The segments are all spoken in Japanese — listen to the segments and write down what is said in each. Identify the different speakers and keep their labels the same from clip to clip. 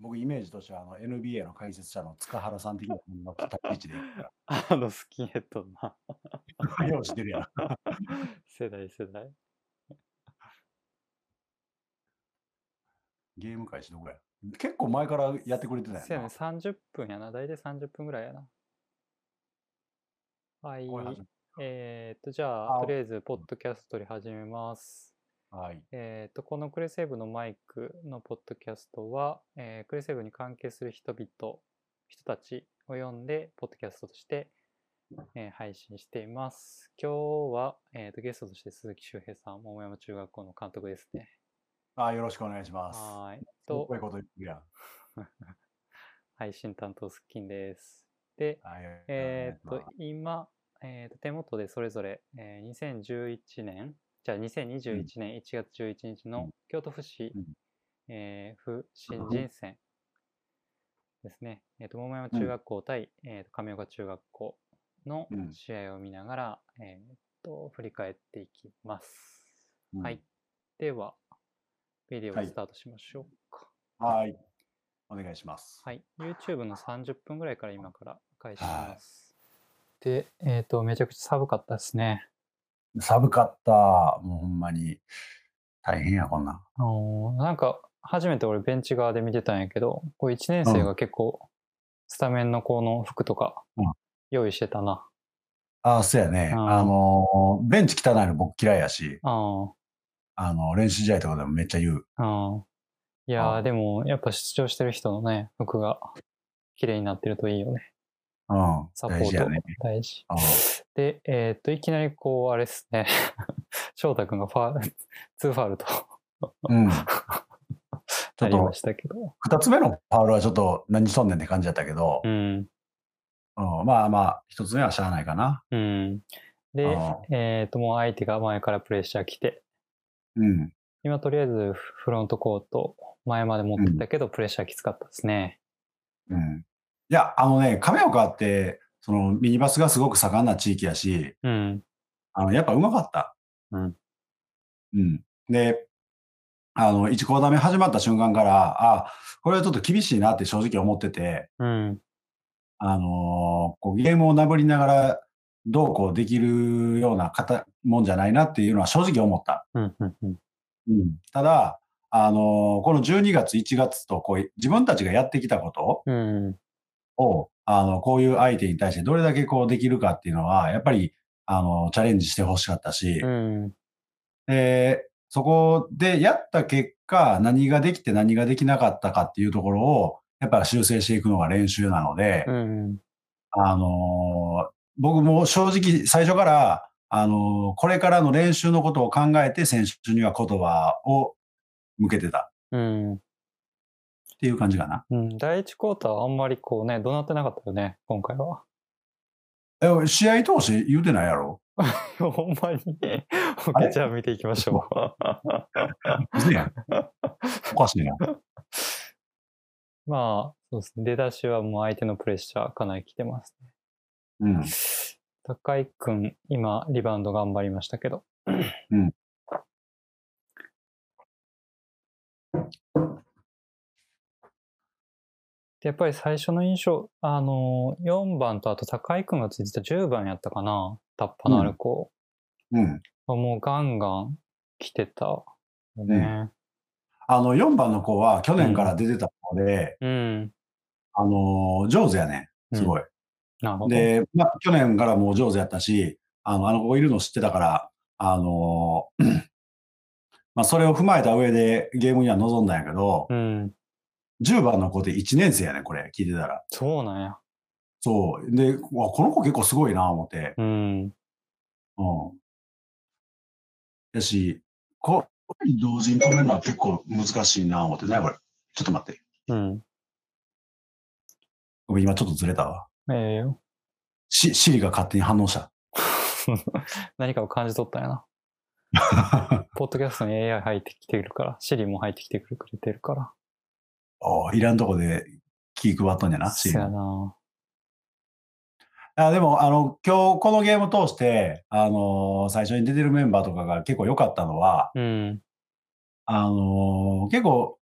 Speaker 1: 僕、イメージとしては、あの、NBA の解説者の塚原さん的な立ち位置で。
Speaker 2: あの、スキンヘッドな。
Speaker 1: よう知ってるやん。
Speaker 2: 世代世代。
Speaker 1: ゲーム開始どこや結構前からやってくれてたやん
Speaker 2: せやね、
Speaker 1: な。
Speaker 2: 30分やな。大体30分ぐらいやな。はい。
Speaker 1: これ始め
Speaker 2: えーっと、じゃあ、
Speaker 1: あ
Speaker 2: とりあえず、ポッドキャストで始めます。
Speaker 1: はい。
Speaker 2: えーっと、このクレセーブのマイクのポッドキャストは、えークレセーブに関係する人々、人たちを読んで、ポッドキャストとして、えー配信しています。今日は、えーっと、ゲストとして鈴木周平さん、桃山中学校の監督ですね。
Speaker 1: あーよろしくお願いします。
Speaker 2: はーい。
Speaker 1: す
Speaker 2: と
Speaker 1: ご、いこと言ってるやん。
Speaker 2: 配信担当スッキンです。で、
Speaker 1: はい
Speaker 2: えーっ
Speaker 1: お願い
Speaker 2: と
Speaker 1: しま、
Speaker 2: 今、えーと手元でそれぞれ、えー2011年、じゃあ2021年1月11日
Speaker 1: う
Speaker 2: の
Speaker 1: ん
Speaker 2: 京都府市、
Speaker 1: うん
Speaker 2: えー府新人選ですね、えーと桃山中学校対、えーと亀岡中学校の
Speaker 1: うん
Speaker 2: 試合を見ながら、えーと振り返っていきます。
Speaker 1: うん
Speaker 2: はい。では、ビデオ
Speaker 1: はい
Speaker 2: スタートしましょうか。
Speaker 1: はい。お願いします。
Speaker 2: はい、YouTube の30分ぐらいから今から開始します。で、えっ、と、めちゃくちゃ寒かったですね。
Speaker 1: 寒かった。もうほんまに。大変や、こんなん。
Speaker 2: あのーなんか、初めて俺ベンチ側で見てたんやけど、こう1年生が結構、スタメンの子の服とか
Speaker 1: うん、
Speaker 2: 用意してたな。
Speaker 1: ああ、そうやね。
Speaker 2: うん
Speaker 1: あのー、ベンチ汚いの僕嫌いやし、
Speaker 2: あー
Speaker 1: あの、練習試合とかでもめっちゃ言う。
Speaker 2: あーいや
Speaker 1: あ
Speaker 2: ー、
Speaker 1: ー
Speaker 2: でも、やっぱ出場してる人のね、服が、綺麗になってるといいよね。
Speaker 1: うん。
Speaker 2: サポー
Speaker 1: 大事
Speaker 2: ト
Speaker 1: やね。、
Speaker 2: 大事。
Speaker 1: うん
Speaker 2: で、えっ、と、いきなりこう、あれですね。翔太くんがファー ル、2ファールと
Speaker 1: うん。
Speaker 2: なりましたけど。
Speaker 1: 二つ目のファウルはちょっと何しとんねんって感じだったけど
Speaker 2: う、ん。
Speaker 1: うんまあまあ、一つ目はしゃあないかな。
Speaker 2: うん。
Speaker 1: う
Speaker 2: で、
Speaker 1: ん
Speaker 2: えっ、と、もう相手が前からプレッシャー来て、
Speaker 1: うん。
Speaker 2: 今とりあえずフロントコート前まで持ってったけど、プレッシャーきつかったですね。
Speaker 1: うん。いや、あのね、亀岡って、そのミニバスがすごく盛んな地域やし、
Speaker 2: うん。
Speaker 1: あのやっぱうまかった。
Speaker 2: うん。
Speaker 1: うん。で、あの、1コーダ目始まった瞬間から、あ、これはちょっと厳しいなって正直思ってて、
Speaker 2: うん。
Speaker 1: あのーこうゲームを殴りながらどうこうできるような方もんじゃないなっていうのは正直思った。
Speaker 2: うん。うん。う
Speaker 1: う
Speaker 2: ん。
Speaker 1: ん、ただ、あのーこの12月、1月とこう自分たちがやってきたこと
Speaker 2: うん。
Speaker 1: を、あのこういう相手に対してどれだけこうできるかっていうのは、やっぱり、あのチャレンジしてほしかったし、
Speaker 2: うん。
Speaker 1: でそこでやった結果、何ができて何ができなかったかっていうところを、やっぱ修正していくのが練習なので、
Speaker 2: うん。
Speaker 1: あのー僕も正直最初から、あのーこれからの練習のことを考えて選手には言葉を向けてた
Speaker 2: うん。
Speaker 1: っていう感じかな。
Speaker 2: うん。第一クォーターはあんまりこうね、怒鳴ってなかったよね、今回は。
Speaker 1: え試合通して言うてないや ろ
Speaker 2: ほんまに。 オ
Speaker 1: あ
Speaker 2: ケ
Speaker 1: れ
Speaker 2: ちゃん見ていきましょ う。
Speaker 1: 嘘やんおかしいな。
Speaker 2: まあ、そうですね。出だしはもう相手のプレッシャーかなり来てます。
Speaker 1: うん。
Speaker 2: 高井くん、今、リバウンド頑張りましたけど。
Speaker 1: ん
Speaker 2: でやっぱり最初の印象、あのー、4番とあと高井くんがついてた10番やったかな、タッパのある子。
Speaker 1: うん。
Speaker 2: もうガンガン来てたよね。
Speaker 1: あの、4番の子は去年から出てたので、
Speaker 2: うん。
Speaker 1: あのー上手やねん。すごい。
Speaker 2: なるほど。
Speaker 1: で、まあ、去年からもう上手やったし、あの、あの子いるの知ってたから、あの ーまあ、それを踏まえた上でゲームには臨んだんやけど、
Speaker 2: うん。
Speaker 1: 10番の子で1年生やねん、これ、聞いてたら。
Speaker 2: そうなんや。
Speaker 1: そう。で、うわこの子結構すごいな、思って。
Speaker 2: うん。
Speaker 1: うん。やし、こ、同時に止めるのは結構難しいな、思って。なにこれ。ちょっと待って。
Speaker 2: うん。
Speaker 1: ごめん、今ちょっとずれたわ。
Speaker 2: ええよ。
Speaker 1: し、シリが勝手に反応した。
Speaker 2: 何かを感じ取ったんやな。
Speaker 1: あ
Speaker 2: ポッドキャストに AI 入ってきてるから、Siri も入ってきてくれてるから。
Speaker 1: あいらんとこで気配っとんやな、シ
Speaker 2: そ
Speaker 1: リ
Speaker 2: や
Speaker 1: が。
Speaker 2: な。
Speaker 1: あでも、あの、今日このゲーム通して、あのー最初に出てるメンバーとかが結構良かったのは、
Speaker 2: うん。
Speaker 1: あのー結構、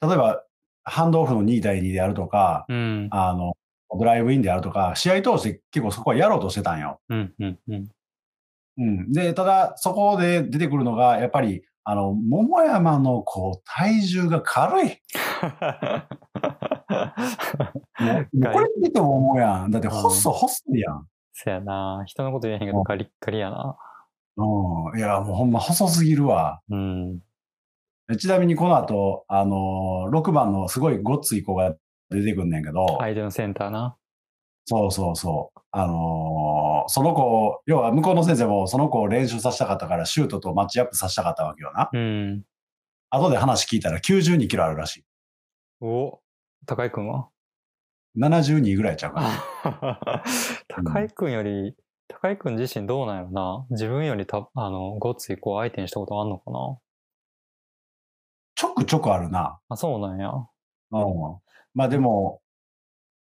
Speaker 1: 例えば、ハンドオフの2対2であるとか、
Speaker 2: うん。
Speaker 1: あの、ドライブインであるとか、試合通して結構そこはやろうとしてたんよ。
Speaker 2: うん。うん。うん。
Speaker 1: うん。で、ただ、そこで出てくるのが、やっぱり、あの、桃山のこう、体重が軽 い。もうもうこれ見ても思うやん。だって、
Speaker 2: うん
Speaker 1: 細、細いやん。
Speaker 2: そやな。人のこと言えへんけど、ガリッガリやな。
Speaker 1: うん。いや、もうほんま細すぎるわ。
Speaker 2: うん。
Speaker 1: ちなみにこの後、あのー、6番のすごいごっつい子が出てくんねんけど、
Speaker 2: 相手のセンターな。
Speaker 1: そうそうそう。あのーその子を、要は向こうの先生もその子を練習させたかったから、シュートとマッチアップさせたかったわけよな。
Speaker 2: うん。
Speaker 1: 後で話聞いたら92キロあるらしい。
Speaker 2: お高井くん は
Speaker 1: 72ぐらいちゃうかな。
Speaker 2: 高井くんより、高井くん自身どうなんやろな。自分よりた、あの、ごっついこう相手にしたことあんのかな。
Speaker 1: ちょくちょくあるな。
Speaker 2: あ、そうなんや。
Speaker 1: うん。まあでも、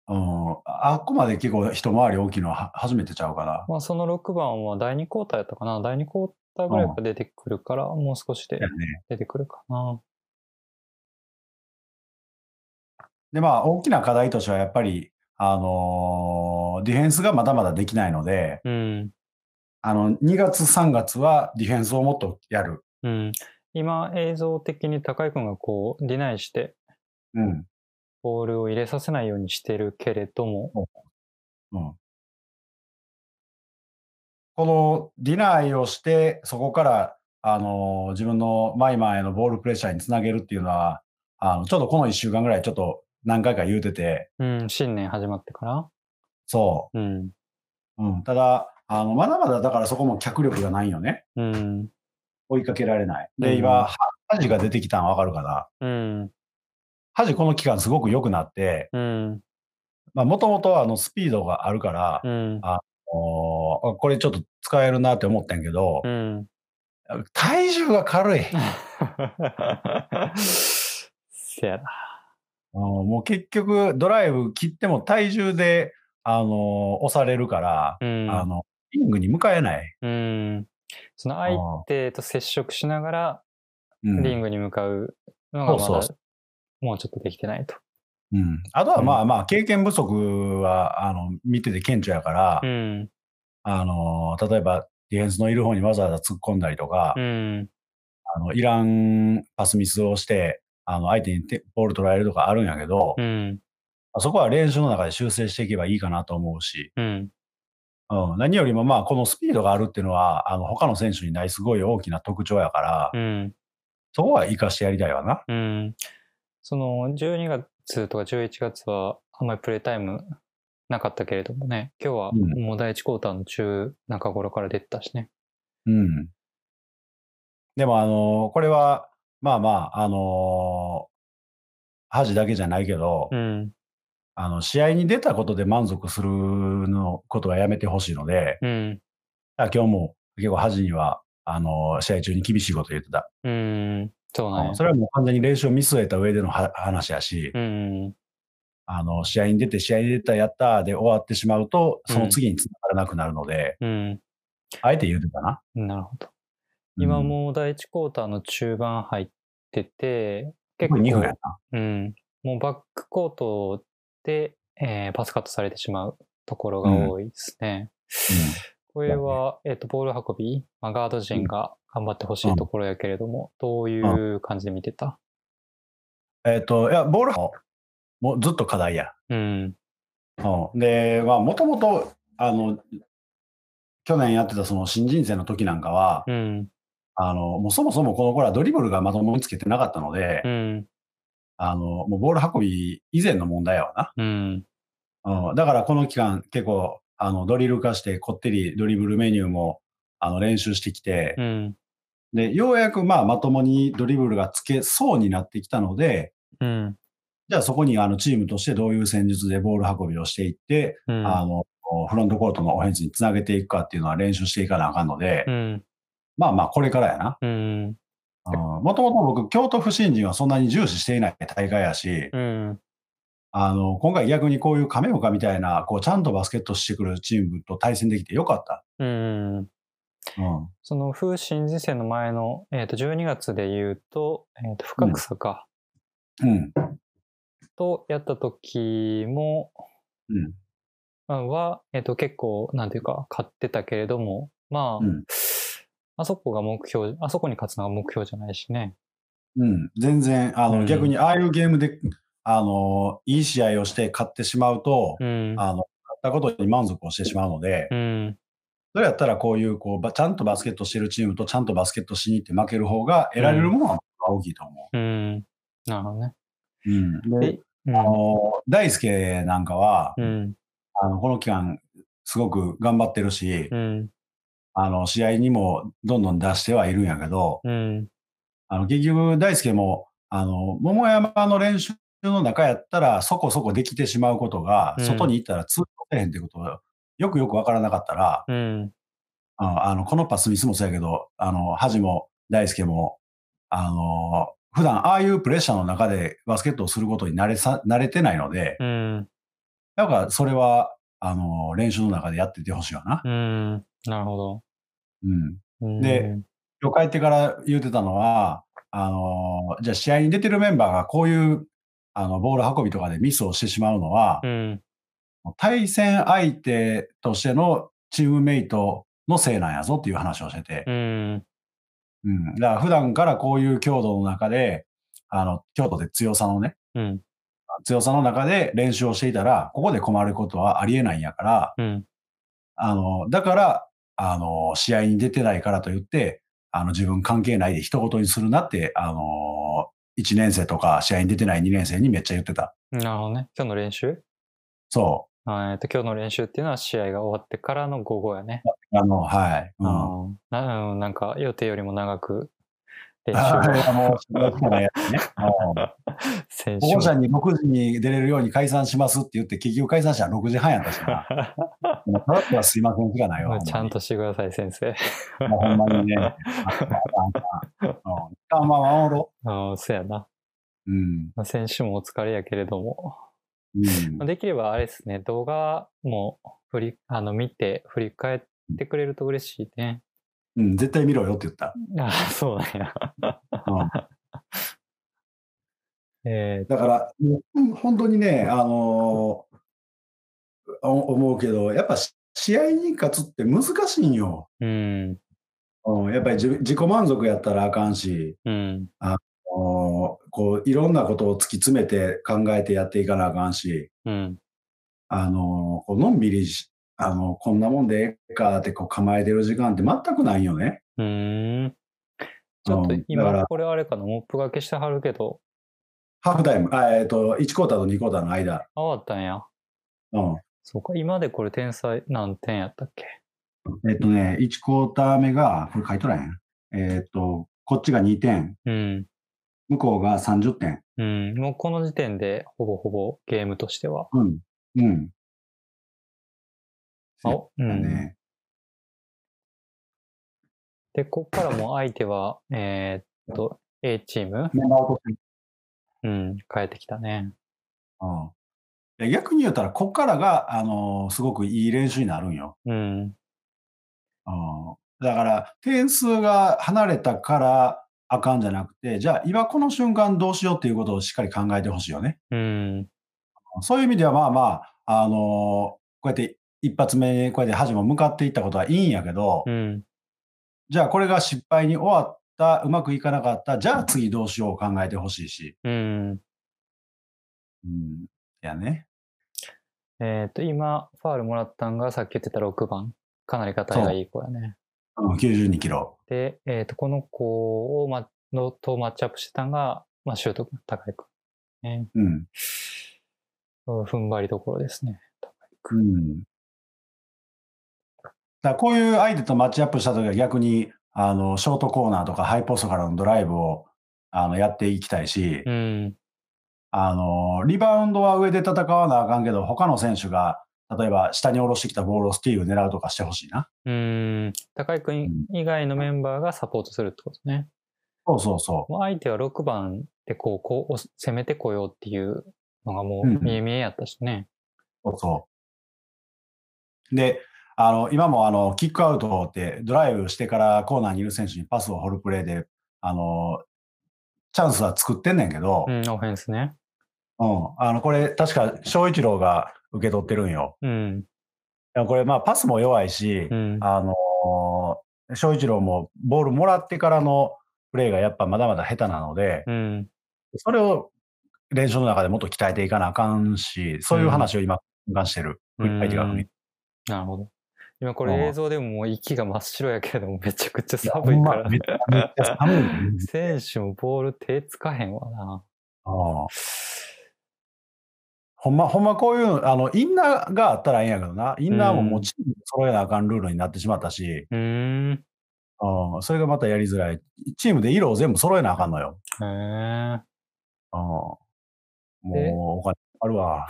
Speaker 1: うん、あっこまで結構一回り大きいのはは初めてちゃうから。
Speaker 2: まあ、その6番は第2クォーターやったかな。第2クォーターぐらいから出てくるから、もう少しで
Speaker 1: だよね
Speaker 2: 出てくるかな。
Speaker 1: で、まあ大きな課題としてはやっぱり、あのーディフェンスがまだまだできないので、
Speaker 2: うん。
Speaker 1: あの、2月3月はディフェンスをもっとやる。
Speaker 2: うん。今、映像的に高井くんがこう、ディナイして、
Speaker 1: うん。
Speaker 2: ボールを入れさせないようにしてるけれども、
Speaker 1: うんこのディナイをして、そこから、あのー自分のマイマンへのボールプレッシャーにつなげるっていうのは、あのちょっとこの1週間ぐらいちょっと何回か言うてて、
Speaker 2: うん、新年始まってから。
Speaker 1: そ
Speaker 2: うん。
Speaker 1: う。うん、ただあの、まだまだだからそこも脚力がないよね。
Speaker 2: うん。
Speaker 1: 追いかけられない。
Speaker 2: う
Speaker 1: で、
Speaker 2: ん
Speaker 1: 今、は恥が出てきたの分かるかな。
Speaker 2: うん。
Speaker 1: 恥この期間すごく良くなって、
Speaker 2: うん。
Speaker 1: もともとスピードがあるから、
Speaker 2: うん。
Speaker 1: おーこれちょっと使えるなって思ったんやけど、
Speaker 2: うん。
Speaker 1: 体重が軽い。
Speaker 2: せやな。
Speaker 1: あのもう結局、ドライブ切っても体重で、あの押されるから、
Speaker 2: うん。
Speaker 1: あの、リングに向かえない。
Speaker 2: うん。その相手と接触しながら、
Speaker 1: うん
Speaker 2: リングに向かうのがまだ
Speaker 1: そうそ
Speaker 2: もうちょっとできてないと。
Speaker 1: うんあとはまあまあ、経験不足は、あの、見てて顕著やから、
Speaker 2: うん。
Speaker 1: あの、例えば、ディフェンスのいる方にわざわざ突っ込んだりとか、
Speaker 2: うん。
Speaker 1: あの、いらんパスミスをして、あの、相手にテボール取られるとかあるんやけど、
Speaker 2: うん。
Speaker 1: そこは練習の中で修正していけばいいかなと思うし、
Speaker 2: うん。
Speaker 1: うん、何よりもまあ、このスピードがあるっていうのは、あの、他の選手にないすごい大きな特徴やから、
Speaker 2: うん。
Speaker 1: そこは生かしてやりたいわな。
Speaker 2: うん。その、12月とか11月はあんまりプレイタイムなかったけれどもね、今日は
Speaker 1: うん
Speaker 2: もう第1クォーターの中中頃から出てたしね。
Speaker 1: うん。でも、あのこれは、まあまあ、あの恥だけじゃないけど、
Speaker 2: うん。
Speaker 1: あの、試合に出たことで満足するのことはやめてほしいので、
Speaker 2: うん。
Speaker 1: 今日も結構恥には、あの試合中に厳しいこと言ってた。
Speaker 2: うん。そうなんや
Speaker 1: うんそれはもう完全に練習を見据えた上でのは話やし、
Speaker 2: うん。
Speaker 1: あの、試合に出て、試合に出た、やったーで終わってしまうと、その次につながらなくなるので、
Speaker 2: うん。
Speaker 1: あえて言うてたな。
Speaker 2: なるほど。
Speaker 1: うん
Speaker 2: 今、もう第1クォーターの中盤入ってて、
Speaker 1: 結構2分やな。
Speaker 2: うん。もうバックコートで、えーパスカットされてしまうところが多いですね。これは、えっ、と、ボール運び、まあ、ガード陣が頑張ってほしいところやけれども、どういう感じで見てた
Speaker 1: うんえっ、と、いや、ボールも、もうずっと課題や。
Speaker 2: うん。
Speaker 1: うん、で、まあ、もともと、あの、去年やってたその新人生の時なんかは、
Speaker 2: うん。
Speaker 1: あの、もうそもそもこの頃はドリブルがまともにつけてなかったので、
Speaker 2: うん。
Speaker 1: あの、もうボール運び以前の問題やわな。
Speaker 2: うん。
Speaker 1: うん、だからこの期間結構あのドリル化してこってりドリブルメニューもあの練習してきて
Speaker 2: う、ん。
Speaker 1: でようやくまあまともにドリブルがつけそうになってきたので
Speaker 2: うん。
Speaker 1: じゃあそこにあのチームとしてどういう戦術でボール運びをしていって、
Speaker 2: うん。
Speaker 1: あのフロントコートのオフェンスにつなげていくかっていうのは練習していかなあかんので、
Speaker 2: うん。
Speaker 1: まあまあこれからやな。
Speaker 2: うん。
Speaker 1: もともと僕京都府新人はそんなに重視していない大会やし、
Speaker 2: うん。
Speaker 1: あの今回逆にこういう亀岡みたいなこうちゃんとバスケットしてくるチームと対戦できてよかった。
Speaker 2: うん。
Speaker 1: うん
Speaker 2: その、風神時世の前の、えっ、と、12月で言うと、えっ、と、深草か。
Speaker 1: うん。
Speaker 2: とやった時も、
Speaker 1: うん。
Speaker 2: まあは、えっと、結構、なんていうか、買ってたけれども、まあ、
Speaker 1: うん
Speaker 2: あそこが目標、あそこに勝つのが目標じゃないしね。
Speaker 1: うん、全然、あの、
Speaker 2: うん
Speaker 1: 逆にああいうゲームで、あの、いい試合をして勝ってしまうと、
Speaker 2: うん。
Speaker 1: あの、勝ったことに満足をしてしまうので、
Speaker 2: うん。
Speaker 1: それやったらこういう、こう、ばちゃんとバスケットしてるチームとちゃんとバスケットしに行って負ける方が得られるものは大きいと思
Speaker 2: うん。なるほどね。
Speaker 1: う。うん。で、
Speaker 2: うん
Speaker 1: あの、大輔なんかは、
Speaker 2: うん。
Speaker 1: あの、この期間、すごく頑張ってるし
Speaker 2: う、ん。
Speaker 1: あの、試合にもどんどん出してはいるんやけど、
Speaker 2: うん。
Speaker 1: あの、結局、大輔も、あの、桃山の練習の中やったら、そこそこできてしまうことが、
Speaker 2: うん
Speaker 1: 外に行ったら通用せえへんってことが、よくよくわからなかったら、
Speaker 2: うん。
Speaker 1: あの、あのこのパスミスもそうやけど、あの、恥も大輔も、あの、普段ああいうプレッシャーの中でバスケットをすることに慣れさ、慣れてないので、
Speaker 2: うん。
Speaker 1: だからそれは、あの、練習の中でやっててほしいわな。
Speaker 2: うん。なるほど。
Speaker 1: うん。
Speaker 2: うん
Speaker 1: で、今日帰ってから言ってたのは、あのーじゃあ試合に出てるメンバーがこういう、あの、ボール運びとかでミスをしてしまうのは
Speaker 2: う、ん。
Speaker 1: 対戦相手としてのチームメイトのせいなんやぞっていう話をしてて
Speaker 2: う、ん。
Speaker 1: うん。だから普段からこういう強度の中で、あの、強度で強さのね、
Speaker 2: うん。
Speaker 1: 強さの中で練習をしていたら、ここで困ることはありえないんやから、
Speaker 2: うん。
Speaker 1: あの、だから、あの、試合に出てないからと言って、あの、自分関係ないで一言にするなって、あの、1年生とか試合に出てない2年生にめっちゃ言ってた。
Speaker 2: なるほどね。今日の練習
Speaker 1: そ
Speaker 2: あえっと、今日の練習っていうのは試合が終わってからの午後やね。
Speaker 1: う。あの、はい。 うん。あ
Speaker 2: うんなうんなんか予定よりも長く練習
Speaker 1: あ
Speaker 2: を
Speaker 1: れはもう、しょうがないやつ ね。うん
Speaker 2: 選手
Speaker 1: 保護者に6時に出れるように解散しますって言って、結局解散したら6時半やったしな。もうトラップはすいませんしかないわ。ほんまに
Speaker 2: ちゃんとしてください、先生。
Speaker 1: もうほんまにね。あかんあかんうん。一旦は守ろ
Speaker 2: ああ、そうやな。
Speaker 1: う。うん。
Speaker 2: まあ選手もお疲れやけれども。
Speaker 1: うん
Speaker 2: まあ。できればあれですね、動画も振り、あの、見て、振り返ってくれると嬉しいね。
Speaker 1: うん。絶対見ろよって言った。
Speaker 2: ああ、そうなんや。
Speaker 1: うん。
Speaker 2: え
Speaker 1: だから、もううん本当にね、あのーお思うけど、やっぱし試合に勝つって難しいんよ。
Speaker 2: ー、うん、
Speaker 1: うん、やっぱり自自己満足やったらあかんし、
Speaker 2: うん、
Speaker 1: おこういろんなことを突き詰めて考えてやっていかなあかんし、
Speaker 2: うん、
Speaker 1: あのーこうのんびりし、あのこんなもんでええかってこう構えてる時間って全くないよね。
Speaker 2: うーん。ちょっと
Speaker 1: うんだか
Speaker 2: 今、
Speaker 1: ら
Speaker 2: これあれかな、モップがけしてはるけど、
Speaker 1: ハーフタイム、あえっ、と、1クォーターと2クォーターの間。
Speaker 2: あわったんや。
Speaker 1: うん。
Speaker 2: そうか、今でこれ天才何点やったっけ
Speaker 1: えっ、とね、1クォーター目が、これ書いとらへん。えっ、と、こっちが2点、
Speaker 2: うん、
Speaker 1: 向こうが30点。
Speaker 2: うん。もうこの時点で、ほぼほぼゲームとしては。
Speaker 1: うん。うん。
Speaker 2: あおう
Speaker 1: だ
Speaker 2: ん。
Speaker 1: ね。
Speaker 2: で、ここからも相手は、えーっと、A チーム、
Speaker 1: メンバー落として
Speaker 2: うん、変えてきたね。
Speaker 1: うんいや。逆に言ったら、こっからが、あのーすごくいい練習になるんよ。
Speaker 2: うん、
Speaker 1: うん。だから、点数が離れたからあかんじゃなくて、じゃあ今この瞬間どうしようっていうことをしっかり考えてほしいよね。
Speaker 2: うん、
Speaker 1: そういう意味では、まあまあ、あのーこうやって一発目にこうやって恥も向かっていったことはいいんやけど、
Speaker 2: うん、
Speaker 1: じゃあこれが失敗に終わった、うまくいかなかった、じゃあ次どうしようを考えてほしいし。
Speaker 2: うん。
Speaker 1: うん。やね。
Speaker 2: えーっと、今、ファールもらったんが、さっき言ってた6番。かなり硬いがいい子やね。
Speaker 1: うん、92キロ。
Speaker 2: で、えーっと、この子を、ま、のとマッチアップしてたんが、まあ、シュート、高い子。ね、
Speaker 1: うん。
Speaker 2: うん踏ん張りどころですね。
Speaker 1: うん。だからこういう相手とマッチアップしたときは逆に、あの、ショートコーナーとかハイポストからのドライブを、あの、やっていきたいし、
Speaker 2: うん、
Speaker 1: あの、リバウンドは上で戦わなあかんけど、他の選手が、例えば下に下ろしてきたボールをスティール狙うとかしてほしいな。
Speaker 2: うん。高井くん以外のメンバーがサポートするってことね。
Speaker 1: そうそうそ
Speaker 2: もう相手は6番でこう、こうおす、攻めてこようっていうのがも
Speaker 1: うん
Speaker 2: う見え見えやったしね。
Speaker 1: う。そうそう。で、あの、今もあの、キックアウトってドライブしてからコーナーにいる選手にパスを掘るプレーで、あの、チャンスは作ってんねんけど、
Speaker 2: うん、オフェンスね。
Speaker 1: うん。あの、これ、確か、翔一郎が受け取ってるんよ。
Speaker 2: うん。
Speaker 1: いやこれ、まあ、パスも弱いし
Speaker 2: う、ん。
Speaker 1: あのー翔一郎もボールもらってからのプレーがやっぱまだまだ下手なので、
Speaker 2: うん。
Speaker 1: それを練習の中でもっと鍛えていかなあかんし、そういう話を今、関してる。
Speaker 2: うん
Speaker 1: 相手が踏み
Speaker 2: なるほど。今これ
Speaker 1: うん
Speaker 2: 映像でももう息が真っ白やけれどもめちゃくちゃ
Speaker 1: いや
Speaker 2: 寒いか
Speaker 1: ほん
Speaker 2: ら
Speaker 1: まめっちゃめっちゃ寒いよね
Speaker 2: 選手もボール手つかへんわな。
Speaker 1: うんほんま、ほんまこういうの、あの、インナーがあったらええんやけどな。インナーももうチームで揃えなあかんルールになってしまったし、
Speaker 2: うーん。へ
Speaker 1: うん、それがまたやりづらい。チームで色を全部揃えなあかんのよ。
Speaker 2: え。
Speaker 1: うん、もう
Speaker 2: え
Speaker 1: お金あるわ。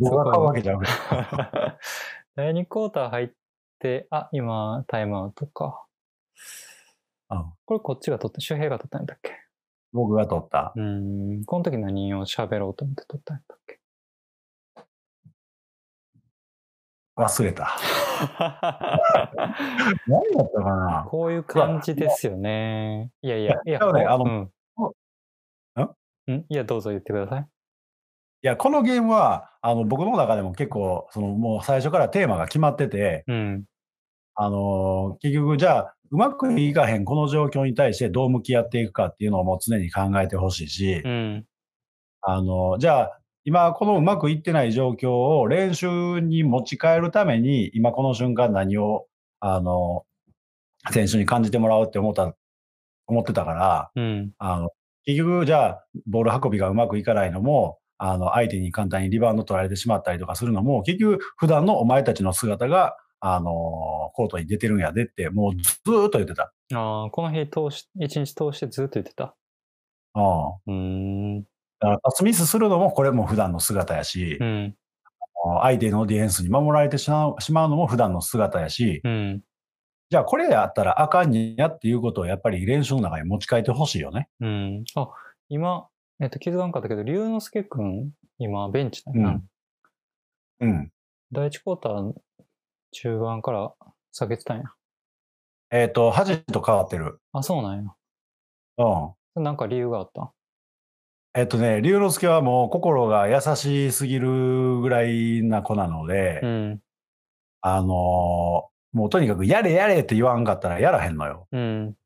Speaker 1: 僕が買うわけじゃなくて。
Speaker 2: 第2クォーター入って、あ、今タイムアウトか。
Speaker 1: うん
Speaker 2: これこっちが取って、周平が取ったんやったっけ
Speaker 1: 僕が取った。
Speaker 2: うーん。この時何を喋ろうと思って取ったんやったっけ
Speaker 1: 忘れた。何だったかな
Speaker 2: こういう感じですよね。いやいや、いや、
Speaker 1: だからねあ
Speaker 2: の、
Speaker 1: こ
Speaker 2: うん。んいや、どうぞ言ってください。
Speaker 1: いや、このゲームは、あの、僕の中でも結構、その、もう最初からテーマが決まってて、
Speaker 2: うん。
Speaker 1: あのー結局、じゃあ、うまくいかへんこの状況に対してどう向き合っていくかっていうのをもう常に考えてほしいし
Speaker 2: う、ん。
Speaker 1: あのーじゃあ、今このうまくいってない状況を練習に持ち帰るために、今この瞬間何を、あのー選手に感じてもらおうって思った、思ってたから、
Speaker 2: うん。
Speaker 1: あの、結局、じゃあ、ボール運びがうまくいかないのも、あの、相手に簡単にリバウンド取られてしまったりとかするのも、結局、普段のお前たちの姿が、あのーコートに出てるんやでって、もうずーっと言ってた。
Speaker 2: ああ、この日通し、一日通してずっと言ってた。
Speaker 1: うん。
Speaker 2: うーん。
Speaker 1: だから、パスミスするのも、これも普段の姿やし
Speaker 2: う、ん。
Speaker 1: 相手のディフェンスに守られてしまうしまうのも普段の姿やし、
Speaker 2: うん。
Speaker 1: じゃあ、これやったらあかんにやっていうことを、やっぱり練習の中に持ち帰ってほしいよね。
Speaker 2: うん。あ、今、えっと、気づかんかったけど、龍之介くん、今、ベンチだよな。
Speaker 1: うんうん。
Speaker 2: 第1クォーター、中盤から下げてたんや。
Speaker 1: えっ、と、恥と変わってる。
Speaker 2: あ、そうなんや。
Speaker 1: うん。
Speaker 2: なんか理由があった
Speaker 1: えっとね、龍之介はもう心が優しすぎるぐらいな子なので、
Speaker 2: うん。
Speaker 1: あのーもうとにかくやれやれって言わんかったらやらへんのよ。
Speaker 2: うん。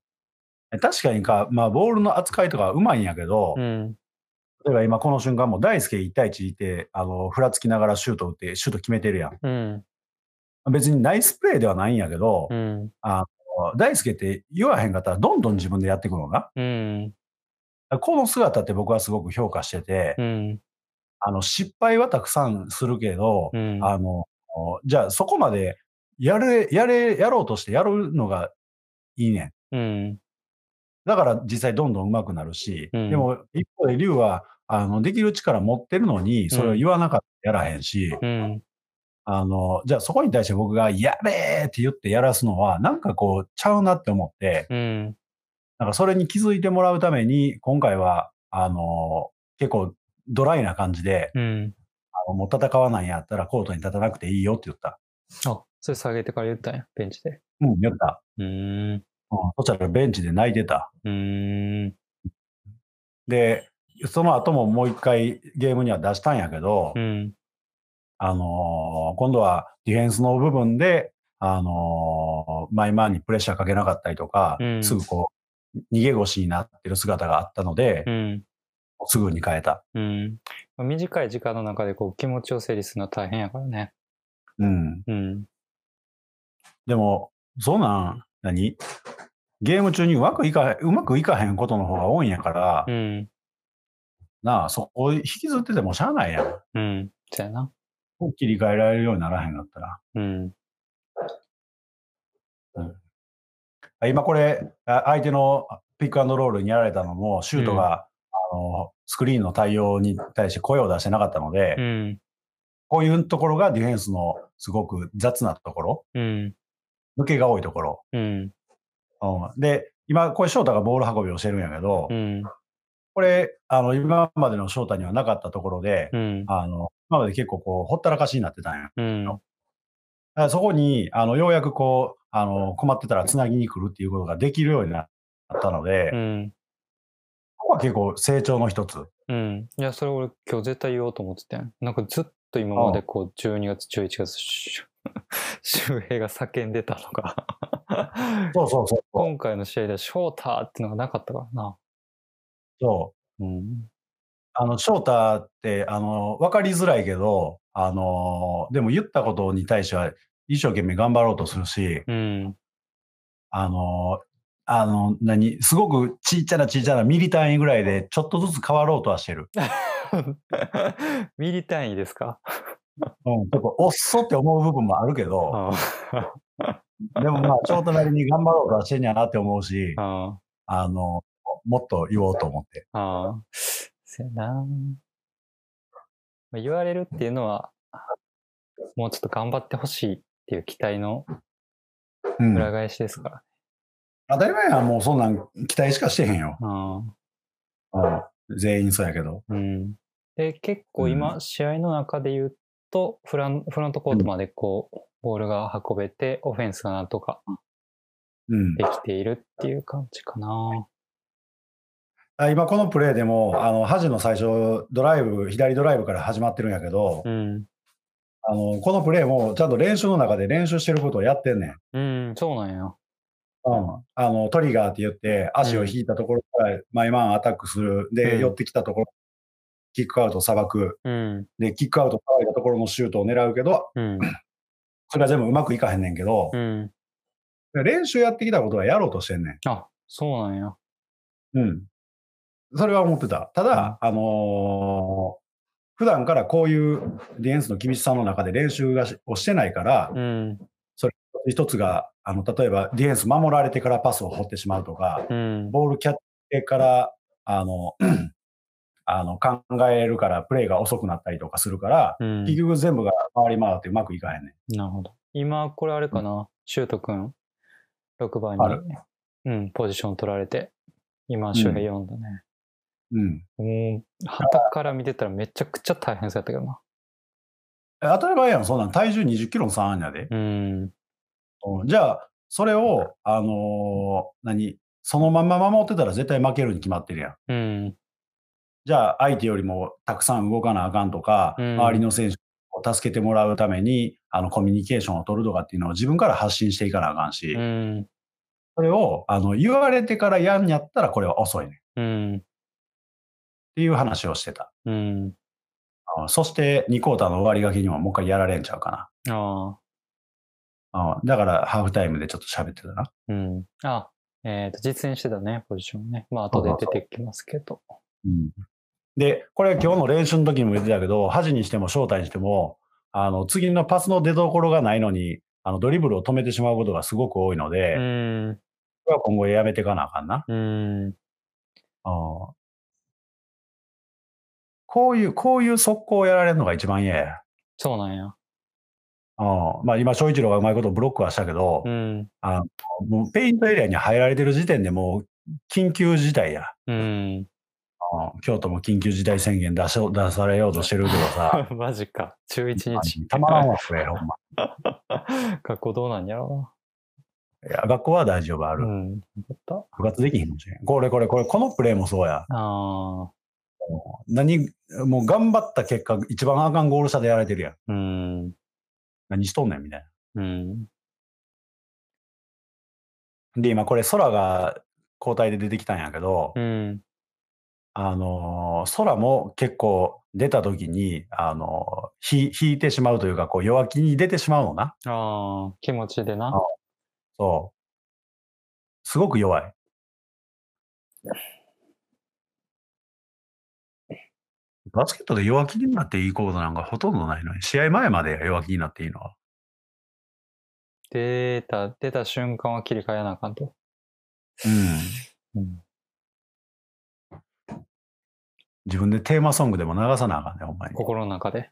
Speaker 1: 確かにか、まあボールの扱いとかうまいんやけど、
Speaker 2: うん。
Speaker 1: 例えば今この瞬間もう大輔1対1いて、あの、ふらつきながらシュート打ってシュート決めてるやん。
Speaker 2: うん。
Speaker 1: 別にナイスプレーではないんやけど、
Speaker 2: うん。
Speaker 1: 大輔って言わへんかったらどんどん自分でやってくのな。
Speaker 2: うん。
Speaker 1: この姿って僕はすごく評価してて、
Speaker 2: うん。
Speaker 1: あの、失敗はたくさんするけど、
Speaker 2: うん。
Speaker 1: あの、じゃあそこまでやれ、やれ、やろうとしてやるのがいいねん。
Speaker 2: うん。
Speaker 1: だから実際どんどん上手くなるし、
Speaker 2: うん
Speaker 1: でも一方で龍は、あの、できる力持ってるのに、それを言わなかったらやらへんし、
Speaker 2: うん。
Speaker 1: あの、じゃあそこに対して僕が、やべえって言ってやらすのは、なんかこう、ちゃうなって思って、
Speaker 2: うん。
Speaker 1: なんかそれに気づいてもらうために、今回は、あの、結構ドライな感じで、
Speaker 2: うん。
Speaker 1: あのもう戦わないんやったらコートに立たなくていいよって言った。
Speaker 2: あ、それ下げてから言ったんや、ベンチで。
Speaker 1: うん、言った。
Speaker 2: うーん。
Speaker 1: うん、そしたらベンチで泣いてた。
Speaker 2: うーん。
Speaker 1: で、その後ももう一回ゲームには出したんやけど、
Speaker 2: うん。
Speaker 1: あのー今度はディフェンスの部分で、あのー、マイマンにプレッシャーかけなかったりとか、
Speaker 2: うん
Speaker 1: すぐこう、逃げ腰になってる姿があったので、
Speaker 2: うん。
Speaker 1: すぐに変えた。
Speaker 2: うん。まあ短い時間の中でこう気持ちを整理するのは大変やからね。
Speaker 1: うん。
Speaker 2: うん。
Speaker 1: でも、そうなん、何ゲーム中にうまくいかへん、うまくいかへんことの方が多いんやから、
Speaker 2: うん。
Speaker 1: なあ、そこを引きずっててもしゃあないやん。
Speaker 2: うん。そやな。
Speaker 1: 切り替えられるようにならへんかったら。
Speaker 2: うん。
Speaker 1: あ今これ、あ相手のピックアンドロールにやられたのも、シュートが、あのスクリーンの対応に対して声を出してなかったので、
Speaker 2: うん。
Speaker 1: こういうところがディフェンスのすごく雑なところ、
Speaker 2: うん。
Speaker 1: 抜けが多いところ。
Speaker 2: うん。
Speaker 1: うん、で、今、これ、翔太がボール運びをしてるんやけど、
Speaker 2: うん。
Speaker 1: これ、あの今までの翔太にはなかったところで、
Speaker 2: うん。
Speaker 1: あの今まで結構こう、ほったらかしになってたんや。だ
Speaker 2: うん。
Speaker 1: からそこに、あのようやくこう、あの困ってたらつなぎに来るっていうことができるようになったので、
Speaker 2: うん。
Speaker 1: ここは結構成長の一つ。
Speaker 2: うん。いや、それ俺今日絶対言おうと思ってたんなんかずっと今までこう12月、11月、シュ周平が叫んでたのが、
Speaker 1: そうそうそうそう。
Speaker 2: 今回の試合ではショーターってのがなかったからな。
Speaker 1: そう
Speaker 2: うん。
Speaker 1: あの、翔太って、あの、わかりづらいけど、あの、でも言ったことに対しては一生懸命頑張ろうとするし、
Speaker 2: うん。
Speaker 1: あの、あの、何、すごくちっちゃなちっちゃなミリ単位ぐらいで、ちょっとずつ変わろうとはしてる。
Speaker 2: ミリ単位ですか
Speaker 1: うん、ちょっと、おっそって思う部分もあるけど、
Speaker 2: あ
Speaker 1: でもまあ、翔太なりに頑張ろうとはしてんやなって思うし
Speaker 2: あ。、あ
Speaker 1: あの、もっと言おうと思って。
Speaker 2: あ。ああ。そやな。まあ言われるっていうのは、もうちょっと頑張ってほしいっていう期待の
Speaker 1: うん。
Speaker 2: 裏返しですから。
Speaker 1: 当たり前やんもうそんなん期待しかしてへんよ。
Speaker 2: ああ。
Speaker 1: うん。全員そうやけど。
Speaker 2: うんで、結構
Speaker 1: う
Speaker 2: 今、試合の中で言うと、フラン、フロントコートまでこう、ボールが運べて、オフェンスがなんとか
Speaker 1: うん
Speaker 2: で。きているっていう感じかな。
Speaker 1: あ今このプレーでも、あの、恥の最初、ドライブ、左ドライブから始まってるんやけど、
Speaker 2: うん。
Speaker 1: あの、このプレーもちゃんと練習の中で練習してることをやってんねん。
Speaker 2: うん、そうなんや。
Speaker 1: うん。あの、トリガーって言って、足を引いたところから毎晩アタックする。で、
Speaker 2: うん
Speaker 1: 寄ってきたところ、キックアウトさばく。
Speaker 2: うん、
Speaker 1: で、キックアウト騒いだところのシュートを狙うけど、
Speaker 2: うん、
Speaker 1: それは全部うまくいかへんねんけど、
Speaker 2: うん。
Speaker 1: 練習やってきたことはやろうとしてんねん。
Speaker 2: あ、そうなんや。
Speaker 1: うん。それは思ってた。ただ、あのー普段からこういうディフェンスの厳しさの中で練習がしをしてないから、
Speaker 2: うん、
Speaker 1: 一つが、あの、例えばディフェンス守られてからパスを放ってしまうとか、
Speaker 2: うん、
Speaker 1: ボールキャッチしてから、あの、 あの考えるからプレーが遅くなったりとかするから、
Speaker 2: うん。
Speaker 1: 結局全部が回り回ってうまくいかへんねん。
Speaker 2: なるほど。今、これあれかな。シュートくん、6番
Speaker 1: ある
Speaker 2: に、うん、ポジション取られて、今、周平読んだね。
Speaker 1: うん。
Speaker 2: もう、旗から見てたらめちゃくちゃ大変そうやったけどな。
Speaker 1: 当たり前やん、そんなん体重20キロの差あんやで。
Speaker 2: うん、
Speaker 1: うんじゃあ、それを、あのー何、そのまんま守ってたら絶対負けるに決まってるやん。
Speaker 2: うん。
Speaker 1: じゃあ、相手よりもたくさん動かなあかんとか、
Speaker 2: うん
Speaker 1: 周りの選手を助けてもらうために、あの、コミュニケーションを取るとかっていうのを自分から発信していかなあかんし、
Speaker 2: うん。
Speaker 1: それを、あの、言われてからやんやったらこれは遅いね。っ
Speaker 2: うん。
Speaker 1: ていう話をしてた。
Speaker 2: うん。
Speaker 1: うんそして、2クォーターの終わりがけにももう一回やられんちゃうか
Speaker 2: ああ。
Speaker 1: な。うんだから、ハーフタイムでちょっと喋ってたな。
Speaker 2: うん。あ、えっ、と、実演してたね、ポジションね。まあ、後で出てきますけど。
Speaker 1: で、これ今日の練習の時にも言ってたけど、恥にしても正体にしても、あの、次のパスの出所がないのに、あの、ドリブルを止めてしまうことがすごく多いので、
Speaker 2: う
Speaker 1: こ
Speaker 2: ん。
Speaker 1: れは今後やめていかなあかんな。
Speaker 2: うん。
Speaker 1: うんこういう、こういう速攻をやられるのが一番嫌や。
Speaker 2: そうなんや。
Speaker 1: うんまあ今、翔一郎がうまいことブロックはしたけど
Speaker 2: う、ん。
Speaker 1: もうペイントエリアに入られてる時点でもう緊急事態や。
Speaker 2: うん。
Speaker 1: うん京都も緊急事態宣言出しょ出されようとしてるけどさ、
Speaker 2: マジか。11日。
Speaker 1: たまらんわ、これ、ほんま。
Speaker 2: 学校どうなんやろ
Speaker 1: いや、学校は大丈夫あ
Speaker 2: う
Speaker 1: る。
Speaker 2: な。うん。よかった。
Speaker 1: 部活できへんかもしれん。これこれこれ、このプレーもそうや。
Speaker 2: ああ。
Speaker 1: 何、もう頑張った結果、一番あかんゴール下でやられてるやん。
Speaker 2: うん。
Speaker 1: 何しとんねんみたい
Speaker 2: うん。
Speaker 1: な。で、今これ空が交代で出てきたんやけど、
Speaker 2: うん。
Speaker 1: あのー空も結構出た時に、あのーひ引いてしまうというか、こう弱気に出てしまうのな。
Speaker 2: ああ。気持ちでな。
Speaker 1: あそう。すごく弱い。バスケットで弱気になっていいコードなんかほとんどないのに、試合前まで弱気になっていいのは。
Speaker 2: 出た、出た瞬間は切り替えなあかんと。
Speaker 1: うん。
Speaker 2: うん。
Speaker 1: 自分でテーマソングでも流さなあかんね、ほんまに。
Speaker 2: 心の中で。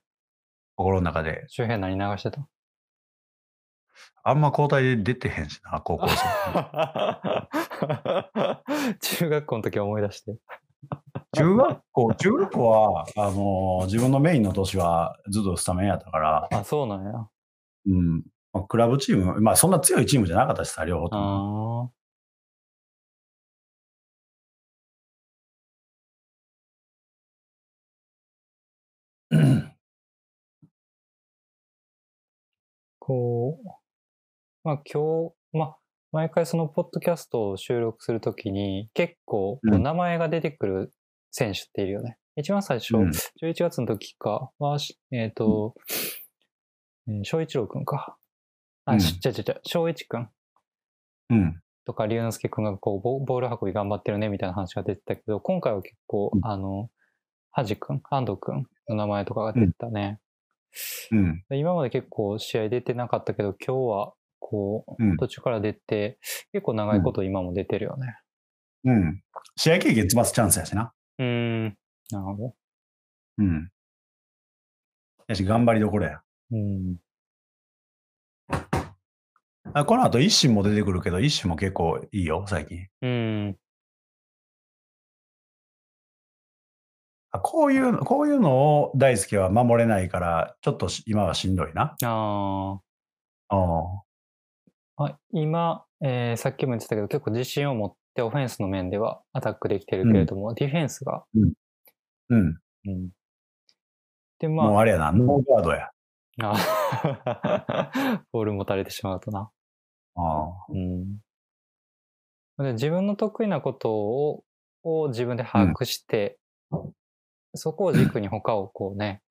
Speaker 1: 心の中で。
Speaker 2: 周辺何流して た
Speaker 1: あんま交代で出てへんしな、高校生。
Speaker 2: 中学校の時思い出して。
Speaker 1: 中学校、中学校は、あのー自分のメインの年はずっとスタメンやったから、
Speaker 2: あ、そうなんや。あ
Speaker 1: うん。まあクラブチーム、まあそんな強いチームじゃなかったしさ、両方とも。
Speaker 2: あ。こう、まあ今日、まあ毎回そのポッドキャストを収録するときに結構こう
Speaker 1: うん
Speaker 2: 名前が出てくる選手っているよね。一番最初、
Speaker 1: うん
Speaker 2: 11月の時かは、しえっ、と、うん翔一郎くんか。
Speaker 1: う
Speaker 2: あ、
Speaker 1: ん
Speaker 2: ちっちゃいちっちゃい、翔一くん
Speaker 1: うん。
Speaker 2: とか龍之介くんがこうボボール運び頑張ってるねみたいな話が出てたけど、今回は結構、
Speaker 1: うん
Speaker 2: あの、はじくん、安藤くんの名前とかが出てたね。
Speaker 1: うん。
Speaker 2: で今まで結構試合出てなかったけど、今日はこ
Speaker 1: うん
Speaker 2: う、途中から出て、結構長いこと今も出てるよね。
Speaker 1: うん。試合経験月末チャンスやしな。
Speaker 2: うーん。なるほど。
Speaker 1: うん。やし、頑張りどころや。
Speaker 2: うん。
Speaker 1: あこの後、一心も出てくるけど、一心も結構いいよ、最近。
Speaker 2: うん。
Speaker 1: あこういうの、こういうのを大輔は守れないから、ちょっとし今はしんどいな。
Speaker 2: あ
Speaker 1: うん。
Speaker 2: あ。あ今、えーさっきも言ってたけど、結構自信を持ってオフェンスの面ではアタックできてるけれども、ディフェンスが。
Speaker 1: うん。
Speaker 2: うん。で、
Speaker 1: もう
Speaker 2: まあ、
Speaker 1: あれやな、ノーガードや。
Speaker 2: あ ボール持たれてしまうとな。
Speaker 1: う
Speaker 2: うん。で自分の得意なことをを自分で把握して、そこを軸に他をこうね、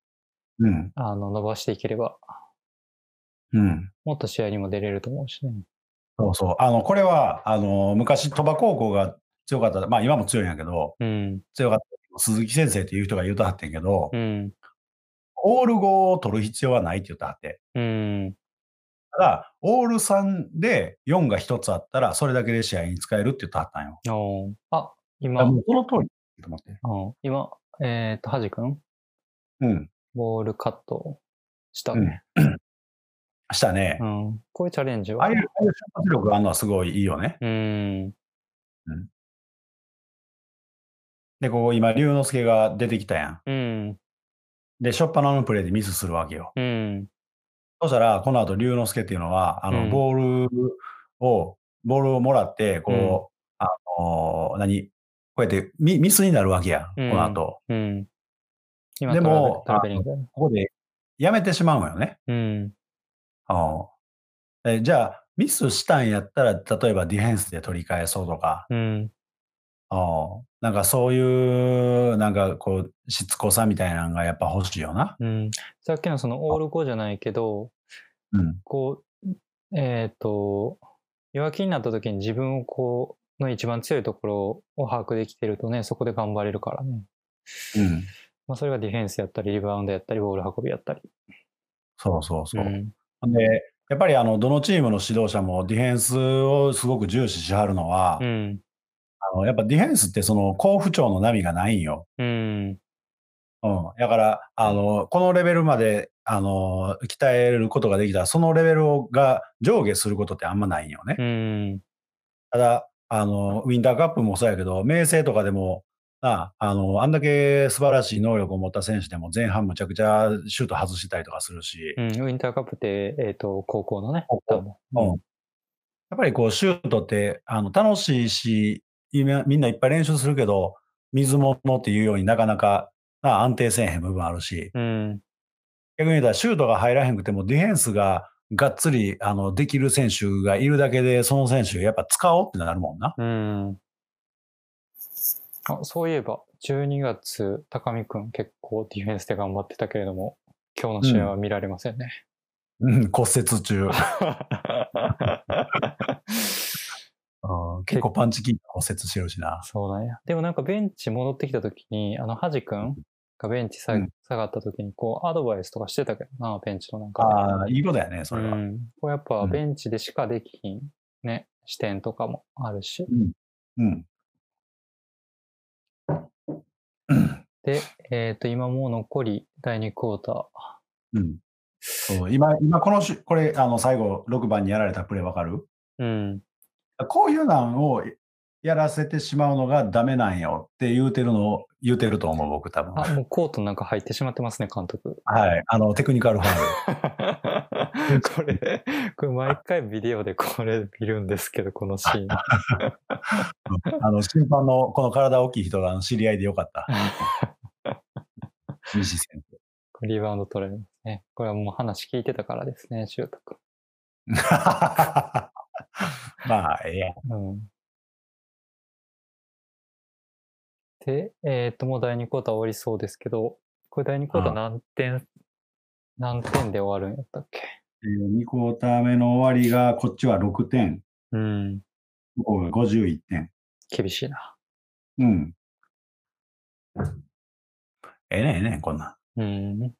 Speaker 1: ん。うん。
Speaker 2: あの伸ばしていければ、
Speaker 1: うん。
Speaker 2: もっと試合にも出れると思うしね。
Speaker 1: そうそう。あの、これは、あの、昔、鳥羽高校が強かった、まあ今も強いんやけど、
Speaker 2: うん。
Speaker 1: 強かったけど鈴木先生っていう人が言うたはってんけど、
Speaker 2: うん。
Speaker 1: オール5を取る必要はないって言ったはって。
Speaker 2: うん。
Speaker 1: ただ、オール3で4が1つあったら、それだけで試合に使えるって言ったはったんよ。
Speaker 2: おーあ、今、
Speaker 1: あもうその通りと思って。
Speaker 2: うん今、えっ、と、はじくん、
Speaker 1: うん。
Speaker 2: ボールカットしたね。
Speaker 1: したね。
Speaker 2: うん。こういうチャレンジ
Speaker 1: あ
Speaker 2: は
Speaker 1: あいう、。ああいう瞬発力があるのはすごいいいよね。
Speaker 2: うん。
Speaker 1: で、ここ今、龍之介が出てきたやん。
Speaker 2: うん。
Speaker 1: で、初っ端のプレーでミスするわけよ。
Speaker 2: うん。
Speaker 1: そしたら、この後、龍之介っていうのは、あ
Speaker 2: う
Speaker 1: の、
Speaker 2: ん
Speaker 1: ボールを、ボールをもらって、こう、あのー何こうやってミミスになるわけや、
Speaker 2: うん
Speaker 1: この後。
Speaker 2: うん。今
Speaker 1: でも
Speaker 2: トラベリング。
Speaker 1: ここでやめてしまうのよね。
Speaker 2: うん。
Speaker 1: うんえじゃあ、ミスしたんやったら、例えばディフェンスで取り返そうとか、
Speaker 2: うん。
Speaker 1: うんなんかそういう、なんかこう、しつこさみたいなのがやっぱ欲しいよな。
Speaker 2: うん。さっきのそのオール5じゃないけど、
Speaker 1: うん。
Speaker 2: こう、えっ、と、弱気になった時に自分をこう、の一番強いところを把握できてるとね、そこで頑張れるからね。
Speaker 1: うん。
Speaker 2: まあ、それがディフェンスやったり、リバウンドやったり、ボール運びやったり。
Speaker 1: そうそうそう。
Speaker 2: ん
Speaker 1: で、やっぱりあの、どのチームの指導者もディフェンスをすごく重視しはるのは、
Speaker 2: うん。
Speaker 1: あのやっぱディフェンスってその、好不調の波がないんよ。
Speaker 2: うん。
Speaker 1: うん。だから、あの、このレベルまで、あの、鍛えることができたら、そのレベルをが上下することってあんまないんよね。
Speaker 2: うん。
Speaker 1: ただ、あの、ウィンターカップもそうやけど、明星とかでも、なあ、あの、あんだけ素晴らしい能力を持った選手でも前半むちゃくちゃシュート外してたりとかするし、
Speaker 2: うん、ウィンターカップって、えっ、と、高校のね
Speaker 1: 高、校
Speaker 2: 多分。
Speaker 1: うんやっぱりこう、シュートって、あの、楽しいし、今みんないっぱい練習するけど、水物っていうようになかなか、なあ安定せえへん部分あるし、
Speaker 2: うん。
Speaker 1: 逆に言うたらシュートが入らへんくても、ディフェンスががっつり、あの、できる選手がいるだけで、その選手やっぱ使おうってなるもんな。
Speaker 2: うん。あ、そういえば、12月、高見くん結構ディフェンスで頑張ってたけれども、今日の試合は見られませんね。
Speaker 1: うん、骨折中。うん結構パンチキー骨折してるしな。
Speaker 2: そうなんや。でもなんかベンチ戻ってきた時に、あの、ハジ君がベンチさ、
Speaker 1: うん
Speaker 2: 下がった時に、こう、アドバイスとかしてたけどな、ベンチのなんかで。
Speaker 1: ああ、いいことやね、それは。
Speaker 2: う
Speaker 1: うん
Speaker 2: ん。こうやっぱ
Speaker 1: うん
Speaker 2: ベンチでしかできひん、ね、視点とかもあるし。。
Speaker 1: うん
Speaker 2: で、えっ、と、今もう残り第2クォーター。
Speaker 1: うんそう今、今このし、これ、あの、最後、6番にやられたプレーわかる
Speaker 2: うん。
Speaker 1: こういうのをやらせてしまうのがダメなんよって言うてるのを、言うてると思う、僕、多分。
Speaker 2: あ、もうコートの中入ってしまってますね、監督。
Speaker 1: はい。あの、テクニカルファウル。
Speaker 2: これ、これ毎回ビデオでこれ見るんですけど、このシーン。
Speaker 1: あの、審判の、 この体大きい人があの知り合いでよかった。西先生。
Speaker 2: こリバウンド取れるんですね。これはもう話聞いてたからですね、シュート君。
Speaker 1: まあ、ええやん。
Speaker 2: うんで、えっ、と、もう第2クォーター終わりそうですけど、これ第2クォーター
Speaker 1: うん
Speaker 2: 何点、何点で終わるんやったっけ
Speaker 1: え2クォーター目の終わりが、こっちは6点、
Speaker 2: うん。
Speaker 1: 向こうが51点。
Speaker 2: 厳しいな。
Speaker 1: うん。ええねんええねんこんなん。
Speaker 2: うん。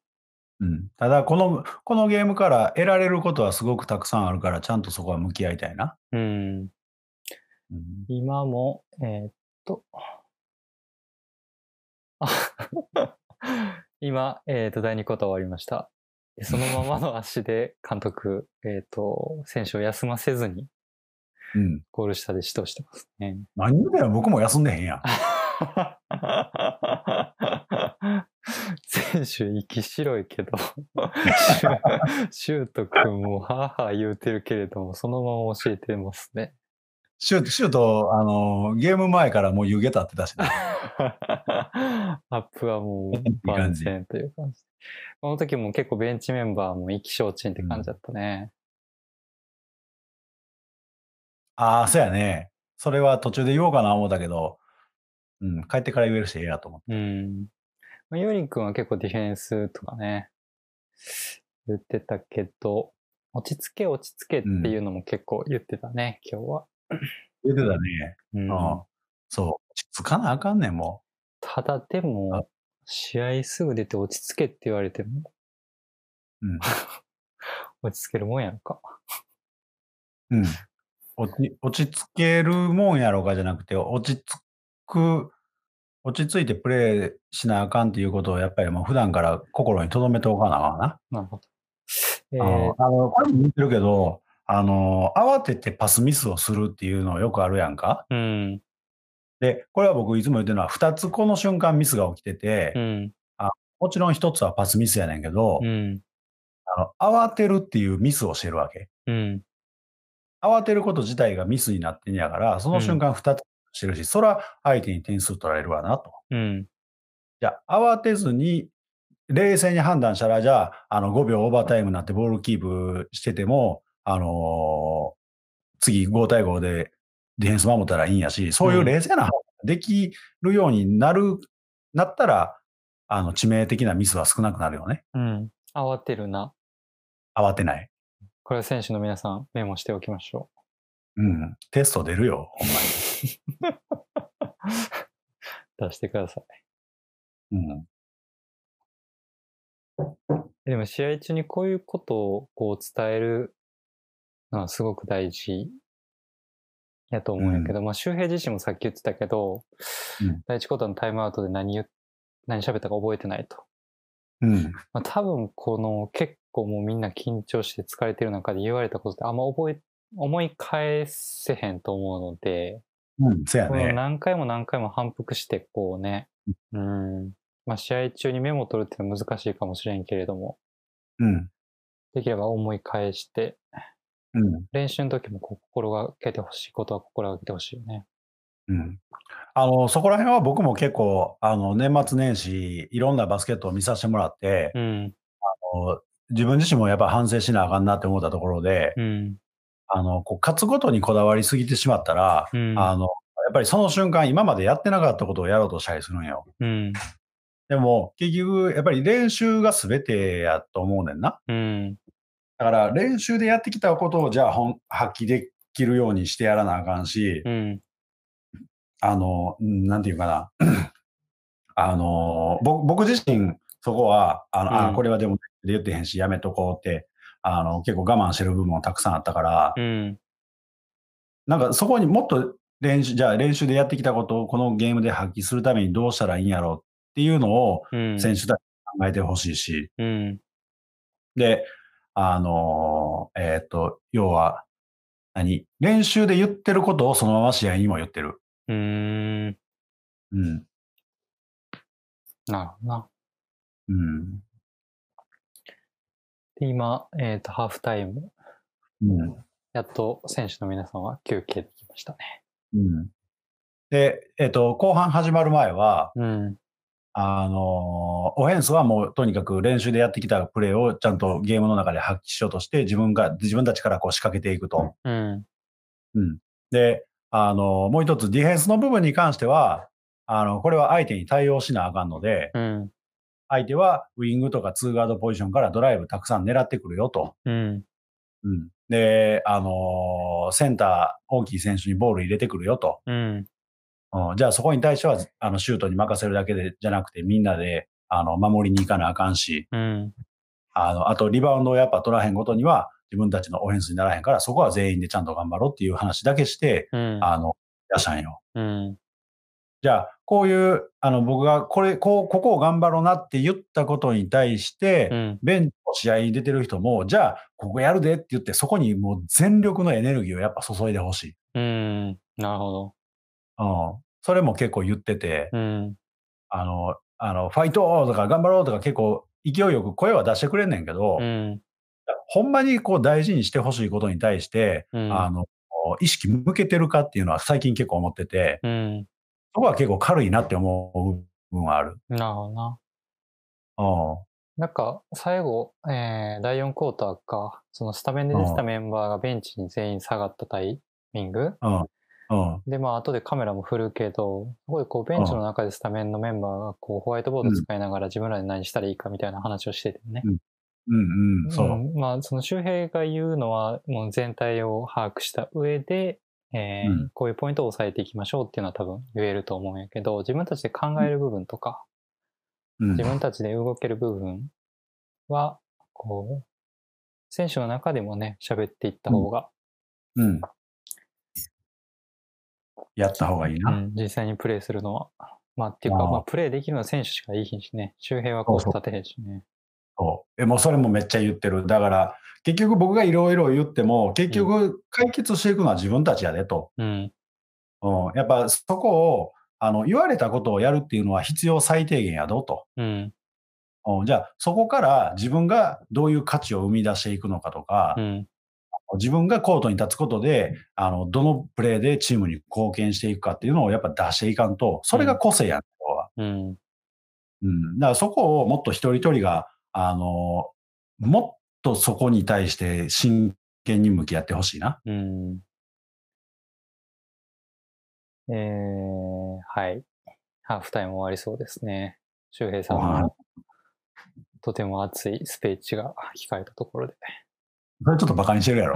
Speaker 1: うん、ただこの、このゲームから得られることはすごくたくさんあるから、ちゃんとそこは向き合いたいな。
Speaker 2: うん。
Speaker 1: うん、
Speaker 2: 今も、えーっと、 あ今、えーっと、第2クォーター終わりました。でそのままの足で監督、えーっと、選手を休ませずに
Speaker 1: うん、
Speaker 2: ゴール下で指導してますね。
Speaker 1: 何言うてんの僕も休んでへんやん。
Speaker 2: 選手、息白いけど、シュート君も、はあはあ言うてるけれども、そのまま教えてますね。
Speaker 1: シュート、シュート、あのゲーム前からもう湯気立ってたしね、
Speaker 2: アップはもう万全という感じ。この時も結構ベンチメンバーも意気消沈って感じだったね。
Speaker 1: ああ、そうやね。それは途中で言おうかな思ったけど、うん、帰ってから言えるし、ええやと思って。
Speaker 2: うん。まあ、ユーリン君は結構ディフェンスとかね、言ってたけど、落ち着け落ち着けっていうのも結構言ってたね、今日は。
Speaker 1: 言ってたね。
Speaker 2: うん
Speaker 1: うん。そう。落ち着かなあかんねん、も
Speaker 2: ただでも、試合すぐ出て落ち着けって言われても、
Speaker 1: う。
Speaker 2: 落ち着けるもんやんか。
Speaker 1: うん。うん。落ち落ち着けるもんやろうかじゃなくて、落ち着く、落ち着いてプレーしなあかんっていうことを、やっぱりもう普段から心に留めておかなあかんな。
Speaker 2: なるほど。え
Speaker 1: あ
Speaker 2: ー
Speaker 1: の、あのこれも言ってるけど、あの、慌ててパスミスをするっていうのよくあるやんか。
Speaker 2: うん、
Speaker 1: で、これは僕いつも言ってるのは、2つこの瞬間ミスが起きてて、
Speaker 2: うん、
Speaker 1: もちろん1つはパスミスやねんけど、
Speaker 2: うん、
Speaker 1: あの、慌てるっていうミスをしてるわけ。
Speaker 2: うん。
Speaker 1: 慌てること自体がミスになってんやから、その瞬間2つしてるし、そら相手に点数取られるわなと。
Speaker 2: うん。
Speaker 1: じゃあ、慌てずに、冷静に判断したら、じゃあ、あの、5秒オーバータイムになってボールキープしてても、あのー次5対5でディフェンス守ったらいいんやし、そういう冷静な判断できるようになる、なったら、あの、致命的なミスは少なくなるよね。
Speaker 2: うん。慌てるな。
Speaker 1: 慌てない。
Speaker 2: これは選手の皆さんメモしておきましょ
Speaker 1: うん。テスト出るよ。
Speaker 2: う。出してください。
Speaker 1: うん。
Speaker 2: えでも試合中にこういうことをこう伝えるのはすごく大事やと思うんやけど、まあ周平自身もさっき言ってたけど、
Speaker 1: うん
Speaker 2: 第一コーターのタイムアウトで何言っ何喋ったか覚えてないと。
Speaker 1: うん。
Speaker 2: まあ、多分この結構もうみんな緊張して疲れてる中で言われたことってあんま覚え、思い返せへんと思うので、
Speaker 1: うん。そや
Speaker 2: この
Speaker 1: ね。
Speaker 2: 何回も何回も反復してこうね、うん、まあ試合中にメモを取るっていうのは難しいかもしれんけれども、
Speaker 1: うん。
Speaker 2: できれば思い返して、
Speaker 1: うん。
Speaker 2: 練習の時もこう心がけてほしいことは心がけてほしいよね。
Speaker 1: うんあのそこら辺は僕も結構あの年末年始いろんなバスケットを見させてもらって、
Speaker 2: うん、
Speaker 1: あの自分自身もやっぱ反省しなあかんなって思ったところで、
Speaker 2: うん、
Speaker 1: あのこう勝つごとにこだわりすぎてしまったら、
Speaker 2: うん、
Speaker 1: あのやっぱりその瞬間今までやってなかったことをやろうとしたりするんよ。
Speaker 2: うん、
Speaker 1: でも結局やっぱり練習が全てやと思うねんな。
Speaker 2: うん、
Speaker 1: だから練習でやってきたことをじゃあほん発揮できるようにしてやらなあかんし、
Speaker 2: うん、
Speaker 1: あの、うんなんていうかな。 あの、ぼ僕自身、そこは、あの、
Speaker 2: う
Speaker 1: あ、
Speaker 2: ん
Speaker 1: これはでも言ってへんし、やめとこうって、あの、結構我慢してる部分もたくさんあったから、
Speaker 2: うん、
Speaker 1: なんかそこにもっと練習、じゃあ練習でやってきたことをこのゲームで発揮するためにどうしたらいいんやろうっていうのを
Speaker 2: うん、
Speaker 1: 選手たちに考えてほしいし、
Speaker 2: うん、
Speaker 1: で、あの、えっ、と、要は、何練習で言ってることをそのまま試合にも言ってる。
Speaker 2: うん、
Speaker 1: うん。
Speaker 2: なるほどな。
Speaker 1: うん。
Speaker 2: で、今、えっ、と、ハーフタイム。
Speaker 1: うん。
Speaker 2: やっと選手の皆さんは休憩できましたね。
Speaker 1: うんで、えっと、後半始まる前は、
Speaker 2: うん。
Speaker 1: あの、オフェンスはもうとにかく練習でやってきたプレーをちゃんとゲームの中で発揮しようとして、自分が、自分たちからこう仕掛けていくと。
Speaker 2: うん。
Speaker 1: うん。で、あの、もう一つディフェンスの部分に関しては、あの、これは相手に対応しなあかんので、
Speaker 2: うん。
Speaker 1: 相手はウィングとかツーガードポジションからドライブたくさん狙ってくるよと。
Speaker 2: うん。
Speaker 1: うん。で、あの、センター大きい選手にボール入れてくるよと。
Speaker 2: うん。
Speaker 1: うん、じゃあそこに対しては、あの、シュートに任せるだけで、じゃなくて、みんなで、あの、守りに行かなあかんし、
Speaker 2: うん。
Speaker 1: あの、あと、リバウンドをやっぱ取らへんごとには、自分たちのオフェンスにならへんから、そこは全員でちゃんと頑張ろうっていう話だけして、
Speaker 2: うん。
Speaker 1: あの、やしたんよ。
Speaker 2: うん。
Speaker 1: じゃあ、こういう、あの、僕が、これ、こう、ここを頑張ろうなって言ったことに対して、
Speaker 2: うん。
Speaker 1: ベンチの試合に出てる人も、じゃあ、ここやるでって言って、そこにもう全力のエネルギーをやっぱ注いでほしい。
Speaker 2: うん。なるほど。
Speaker 1: うん。それも結構言ってて、
Speaker 2: うん。
Speaker 1: あの、あの、ファイトとか頑張ろうとか結構勢いよく声は出してくれんねんけど、
Speaker 2: うん。
Speaker 1: ほんまにこう大事にしてほしいことに対して、
Speaker 2: うん。
Speaker 1: あの、意識向けてるかっていうのは最近結構思ってて、
Speaker 2: うん。
Speaker 1: そこは結構軽いなって思う部分はある。
Speaker 2: なるほどな。
Speaker 1: うん。
Speaker 2: なんか、最後、えー、第4クォーターか、そのスタメンで出てたメンバーがベンチに全員下がったタイミング
Speaker 1: うん。
Speaker 2: で、まあ、後でカメラも振るけど、すごいこう、ベンチの中でスタメンのメンバーが、こう、ホワイトボード使いながら自分らで何したらいいかみたいな話をしててね。
Speaker 1: うんうん。そう。
Speaker 2: んまあ、その周平が言うのは、もう全体を把握した上で、えー
Speaker 1: うん
Speaker 2: こういうポイントを抑えていきましょうっていうのは多分言えると思うんやけど、自分たちで考える部分とか、
Speaker 1: うん
Speaker 2: 自。分たちで動ける部分は、こう、選手の中でもね、喋っていった方が、
Speaker 1: うん。やった方がいいうな。
Speaker 2: ん、実際にプレーするのは。まあ、っていうか、
Speaker 1: あー
Speaker 2: まあ、プレーできるのは選手しかいいひんしね、周平はこう
Speaker 1: そうそ
Speaker 2: 立てへんしね。
Speaker 1: そう。え、もうそれもめっちゃ言ってる。だから、結局僕がいろいろ言っても、結局解決していくのは自分たちやでと。
Speaker 2: うん、
Speaker 1: うん、やっぱそこをあの言われたことをやるっていうのは必要最低限やどと、
Speaker 2: うん、
Speaker 1: うん、じゃあそこから自分がどういう価値を生み出していくのかとか、
Speaker 2: うん、
Speaker 1: 自分がコートに立つことであのどのプレーでチームに貢献していくかっていうのをやっぱ出していかんとそれが個性やん、要は
Speaker 2: うん、
Speaker 1: うん、だからそこをもっと一人一人があのもっとそこに対して真剣に向き合ってほしいな。
Speaker 2: うん。えー、はい。ハーフタイム終わりそうですね。周平さん
Speaker 1: はい
Speaker 2: のとても熱いスペーチが聞かれたところで。
Speaker 1: それちょっとバカにしてるや ろ。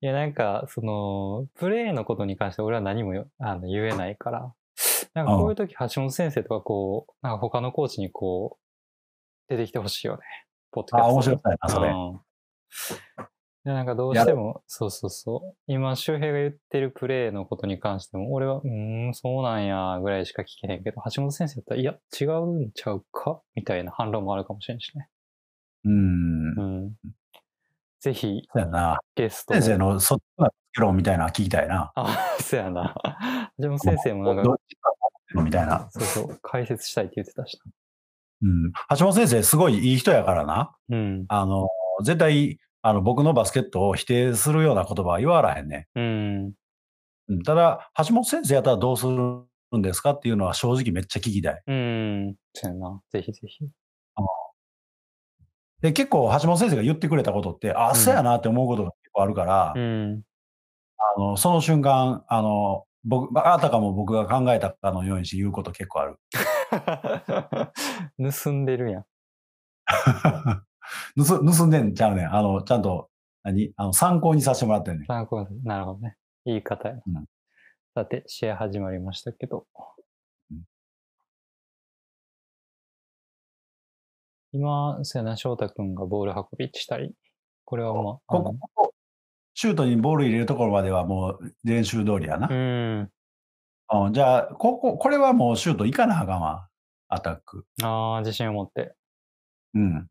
Speaker 2: いや、なんか、その、プレイのことに関して俺は何もよあの言えないから、なんかこういう時、橋本先生とかこう、なんか他のコーチにこう、出てきてほしいよね。ポッドキャスト
Speaker 1: あ、
Speaker 2: に
Speaker 1: 面白そうやな、それ。
Speaker 2: うんでなんかどうしても、そうそうそう。今、周平が言ってるプレーのことに関しても、俺は、うーん、そうなんや、ぐらいしか聞けへんけど、橋本先生だったら、いや、違うんちゃうかみたいな反論もあるかもしれんしね。
Speaker 1: うん。
Speaker 2: う
Speaker 1: そ
Speaker 2: ん。ぜひ、
Speaker 1: うやな。
Speaker 2: ゲストを
Speaker 1: 先生のそっちの議論みたいなの聞きたいな。
Speaker 2: あ、そうやな。橋本先生もなん
Speaker 1: ど
Speaker 2: か
Speaker 1: っ、ちがみたいな、
Speaker 2: そうそう、解説したいって言ってたし
Speaker 1: うん。橋本先生、すごいいい人やからな。
Speaker 2: な。うん。
Speaker 1: あの、絶対、あの、僕のバスケットを否定するような言葉は言わらへんね。
Speaker 2: うん。
Speaker 1: うんただ、橋本先生やったらどうするんですかっていうのは正直めっちゃ聞きたい。
Speaker 2: うん。そうやな。ぜひぜひ。
Speaker 1: で、結構橋本先生が言ってくれたことって、あ、
Speaker 2: ん
Speaker 1: そうやなって思うことが結構あるから、
Speaker 2: うん。
Speaker 1: あの、その瞬間、あの、僕、あたかも僕が考えたかのようにして言うこと結構ある。
Speaker 2: 盗んでるやん。
Speaker 1: 盗盗んでんちゃうねん。あの、ちゃんと、何あの、参考にさせてもらってんねん。
Speaker 2: なるほどなるほどね。言い方やな。
Speaker 1: うん
Speaker 2: さて、試合始まりましたけど
Speaker 1: うん。
Speaker 2: 今、そうやな、翔太くんがボール運びしたり、これはまあ、あ
Speaker 1: ここ
Speaker 2: の
Speaker 1: ここシュートにボール入れるところまではもう練習通りやな
Speaker 2: う。ん。
Speaker 1: うん、じゃあ、ここ、これはもうシュートいかなあかんわ。アタック。
Speaker 2: ああ、自信を持って。
Speaker 1: うん。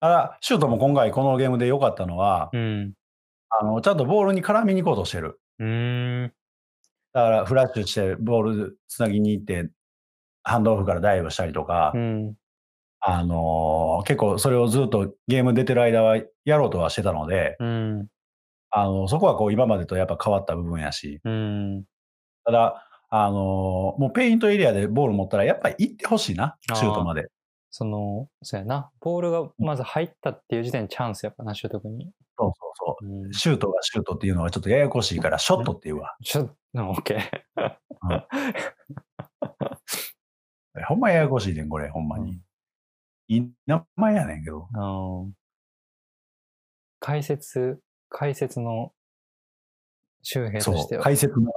Speaker 1: あら、シュートも今回このゲームで良かったのは、
Speaker 2: うん。
Speaker 1: あの、ちゃんとボールに絡みに行こうとしてる。
Speaker 2: うーん。
Speaker 1: だから、フラッシュしてボールつなぎに行って、ハンドオフからダイブしたりとか、
Speaker 2: うん。
Speaker 1: あのー結構それをずっとゲーム出てる間はやろうとはしてたので、
Speaker 2: うん。
Speaker 1: あの、そこはこう今までとやっぱ変わった部分やし、
Speaker 2: うん。
Speaker 1: ただ、あのもうペイントエリアでボール持ったら、やっぱり行ってほしいな、
Speaker 2: あー
Speaker 1: シュートまで。
Speaker 2: その、そうやな。ボールがまず入ったっていう時点でチャンスやからな、シュート君に。
Speaker 1: そうそうそうう。
Speaker 2: ん、
Speaker 1: シュートがシュートっていうのはちょっとややこしいから、ショットっていうわ。
Speaker 2: ちょっと、オッケー。
Speaker 1: ほんまややこしいねん、これ、ほんまに。いい名前やねんけど。
Speaker 2: あの解説、解説の周平と
Speaker 1: そ
Speaker 2: して
Speaker 1: う、
Speaker 2: は。
Speaker 1: 解説も。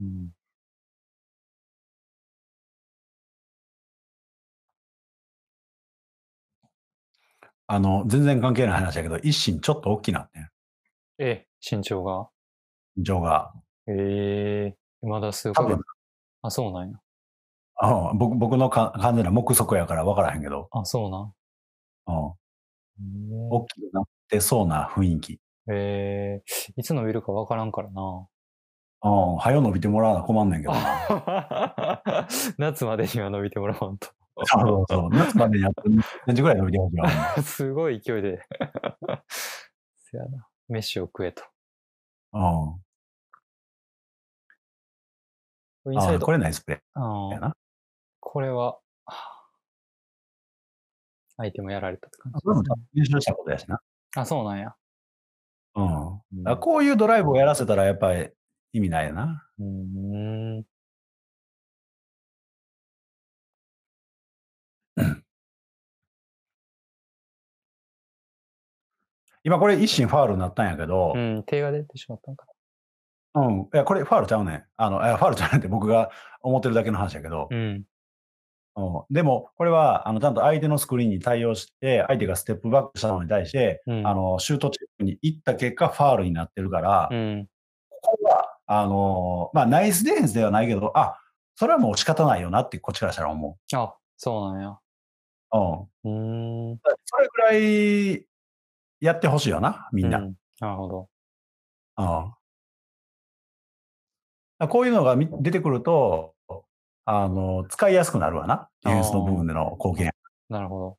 Speaker 2: うん
Speaker 1: あの、全然関係ない話だけど、一心ちょっと大きなってん、
Speaker 2: ええ、身長が。
Speaker 1: ジョーが。
Speaker 2: ええまだ数
Speaker 1: 多
Speaker 2: ヶ月
Speaker 1: 分。
Speaker 2: あ、そうなんや。
Speaker 1: あ僕僕のか完全な目測やから分からへんけど、
Speaker 2: あ、そうなん
Speaker 1: うん、
Speaker 2: うん。
Speaker 1: 大きくなってそうな雰囲気。
Speaker 2: ええいつ伸びるかわからんから な。
Speaker 1: うん、早伸びてもらわな困んねんけどな。
Speaker 2: 夏までには伸びてもらわんと。
Speaker 1: そうそうそう。夏までにやって2センチぐらい伸びてほしいわ。
Speaker 2: すごい勢いで。せやな。飯を食えと。
Speaker 1: う
Speaker 2: イ
Speaker 1: ん。
Speaker 2: ンサ
Speaker 1: あ
Speaker 2: イド。
Speaker 1: これナイスプレ
Speaker 2: あ
Speaker 1: ーや
Speaker 2: ー
Speaker 1: な。
Speaker 2: これは、はあ相手もやられたって感じ
Speaker 1: あこれも練習したことやしな。
Speaker 2: あ、そうなんや。
Speaker 1: うん。
Speaker 2: うん
Speaker 1: あこういうドライブをやらせたらやっぱり意味ないよな。
Speaker 2: うーん。
Speaker 1: 今これ一心ファールになったんやけど
Speaker 2: う、ん、手が出てしまったんか。
Speaker 1: うん。いや、これファールちゃうねん。あの、いやファールちゃうねんって僕が思ってるだけの話やけど、
Speaker 2: うん。
Speaker 1: うん。でも、これは、あの、ちゃんと相手のスクリーンに対応して、相手がステップバックしたのに対して、
Speaker 2: うん、
Speaker 1: あ、の、シュートチェックに行った結果、ファールになってるから、
Speaker 2: うん。
Speaker 1: ここは、あのーまあ、ナイスディフェンスではないけど、あ、それはもう仕方ないよなって、こっちからしたら思
Speaker 2: あ、そうなんや。
Speaker 1: う。うん。
Speaker 2: うーん。
Speaker 1: それぐらいやってほしいよな、みんな。
Speaker 2: う
Speaker 1: うん。
Speaker 2: なるほど。
Speaker 1: こういうのがみ出てくると、あのー使いやすくなるわな。ディフェンスの部分での貢献。
Speaker 2: なるほ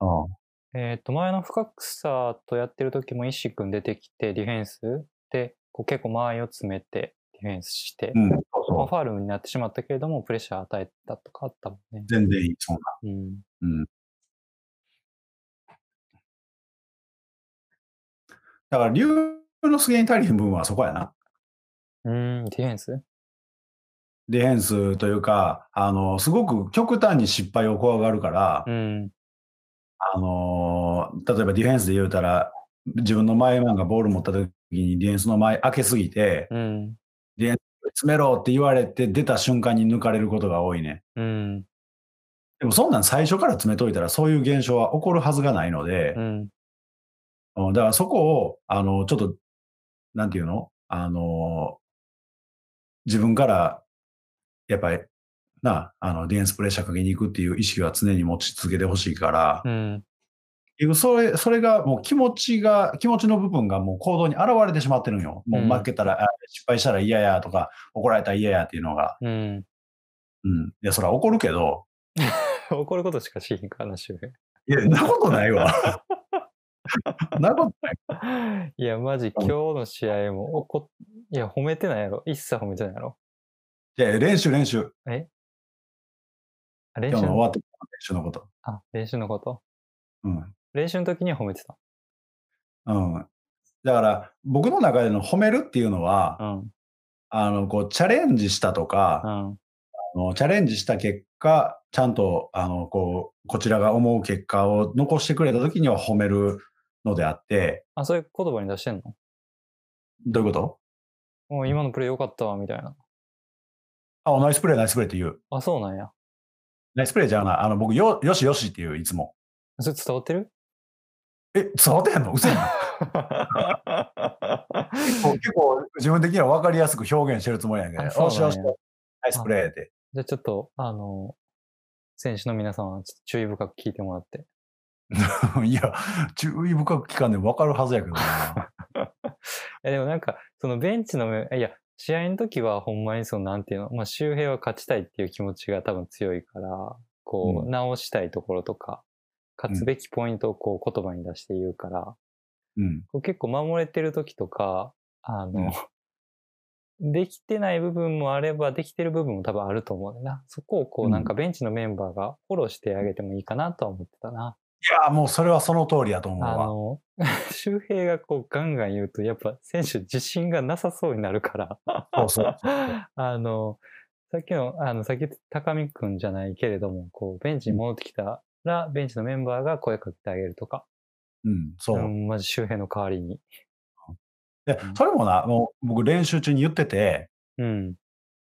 Speaker 2: ど。
Speaker 1: うん。
Speaker 2: えーっと、前の深草とやってる時も石君出てきて、ディフェンスで、こう結構間合いを詰めて、ディフェンスして、
Speaker 1: うん。そう
Speaker 2: まあ
Speaker 1: そう。
Speaker 2: ファールになってしまったけれども、プレッシャー与えたとかあったもんね。
Speaker 1: 全然いい。そう
Speaker 2: うん。
Speaker 1: な。うん。だから、龍之介に足りひん部分はそこやな。
Speaker 2: うーん、ディフェンス
Speaker 1: ディフェンスというか、あの、すごく極端に失敗を怖がるから、
Speaker 2: うん。
Speaker 1: あの、例えばディフェンスで言うたら、自分の前マンがボール持った時にディフェンスの前開けすぎて、
Speaker 2: うん。
Speaker 1: 詰めろって言われて出た瞬間に抜かれることが多いね。
Speaker 2: うん。
Speaker 1: でもそんなん最初から詰めといたらそういう現象は起こるはずがないので
Speaker 2: う、ん。
Speaker 1: うんだからそこを、あの、ちょっと、なんていうのあの、自分から、やっぱり、な、あの、ディフェンスプレッシャーかけに行くっていう意識は常に持ち続けてほしいから、
Speaker 2: うん。
Speaker 1: 結局それ、それがもう気持ちが、気持ちの部分がもう行動に現れてしまってるんよ。もう
Speaker 2: うん
Speaker 1: 負けたら、あ失敗したら嫌やとか、怒られたら嫌やっていうのが。
Speaker 2: うん。
Speaker 1: うん。いや、それは怒るけど、
Speaker 2: 怒ることしかしひんからな、周平。
Speaker 1: いや、なことないわ。 なことない。
Speaker 2: いや、マジ、今日の試合も怒っ、いや、褒めてないやろ。一切褒めてないやろ。
Speaker 1: いや練習、練習。
Speaker 2: あ
Speaker 1: 今
Speaker 2: 練習
Speaker 1: 日の終
Speaker 2: の
Speaker 1: わってからの練習のこと。
Speaker 2: あ、練習のこと
Speaker 1: うん。
Speaker 2: 練習の時には褒めてた。
Speaker 1: うん。だから、僕の中での褒めるっていうのは、
Speaker 2: うん。
Speaker 1: あの、こう、チャレンジしたと
Speaker 2: う
Speaker 1: か、
Speaker 2: ん。
Speaker 1: あのチャレンジした結果、ちゃんと、あの、こう、こちらが思う結果を残してくれた時には褒めるのであって、
Speaker 2: あ、そういう言葉に出してんの
Speaker 1: どういうこと
Speaker 2: もう今のプレー良かったわ、みたいな。
Speaker 1: あ、ナイスプレー、ナイスプレーって言う。
Speaker 2: あ、そうなんや。
Speaker 1: ナイスプレーじゃない。あの、僕、よ、よしよしって言う、いつも。
Speaker 2: それ伝わってる
Speaker 1: え、伝わってへんの嘘や ん結構結構、自分的には分かりやすく表現してるつもりやねんけ
Speaker 2: あ
Speaker 1: ど、
Speaker 2: そう
Speaker 1: よ
Speaker 2: なん
Speaker 1: し
Speaker 2: や
Speaker 1: よし、ナイスプレーって。
Speaker 2: じゃあちょっと、あの、選手の皆さんはちょっと注意深く聞いてもらって。
Speaker 1: いや、注意深く聞かんで分かるはずやけど な。
Speaker 2: えでもなんか、そのベンチの目、いや、試合の時はほんまにその、なんていうの、まあ、周平は勝ちたいっていう気持ちが多分強いから、こ
Speaker 1: う
Speaker 2: う、直したいところとか、勝つべきポイントをこう言葉に出して言うから、
Speaker 1: うん。
Speaker 2: こう結構守れてる時とか、あの、
Speaker 1: うん
Speaker 2: できてない部分もあれば、できてる部分も多分あると思うんだよな。そこをこ
Speaker 1: う
Speaker 2: う、
Speaker 1: ん
Speaker 2: なんかベンチのメンバーがフォローしてあげてもいいかなとは思ってたな。
Speaker 1: やー、もうそれはその通りやと思う
Speaker 2: あ
Speaker 1: わ。
Speaker 2: の、 周平がこうガンガン言うと、やっぱ選手自信がなさそうになるから。
Speaker 1: そうそう。
Speaker 2: あの、さっきの、あの、さっき言った高見くんじゃないけれども、こう、ベンチに戻ってきたら、ベンチのメンバーが声かけてあげるとか、
Speaker 1: うん、そう。
Speaker 2: うん、まじ周平の代わりに。
Speaker 1: で、それもな、もう僕練習中に言ってて、
Speaker 2: うん。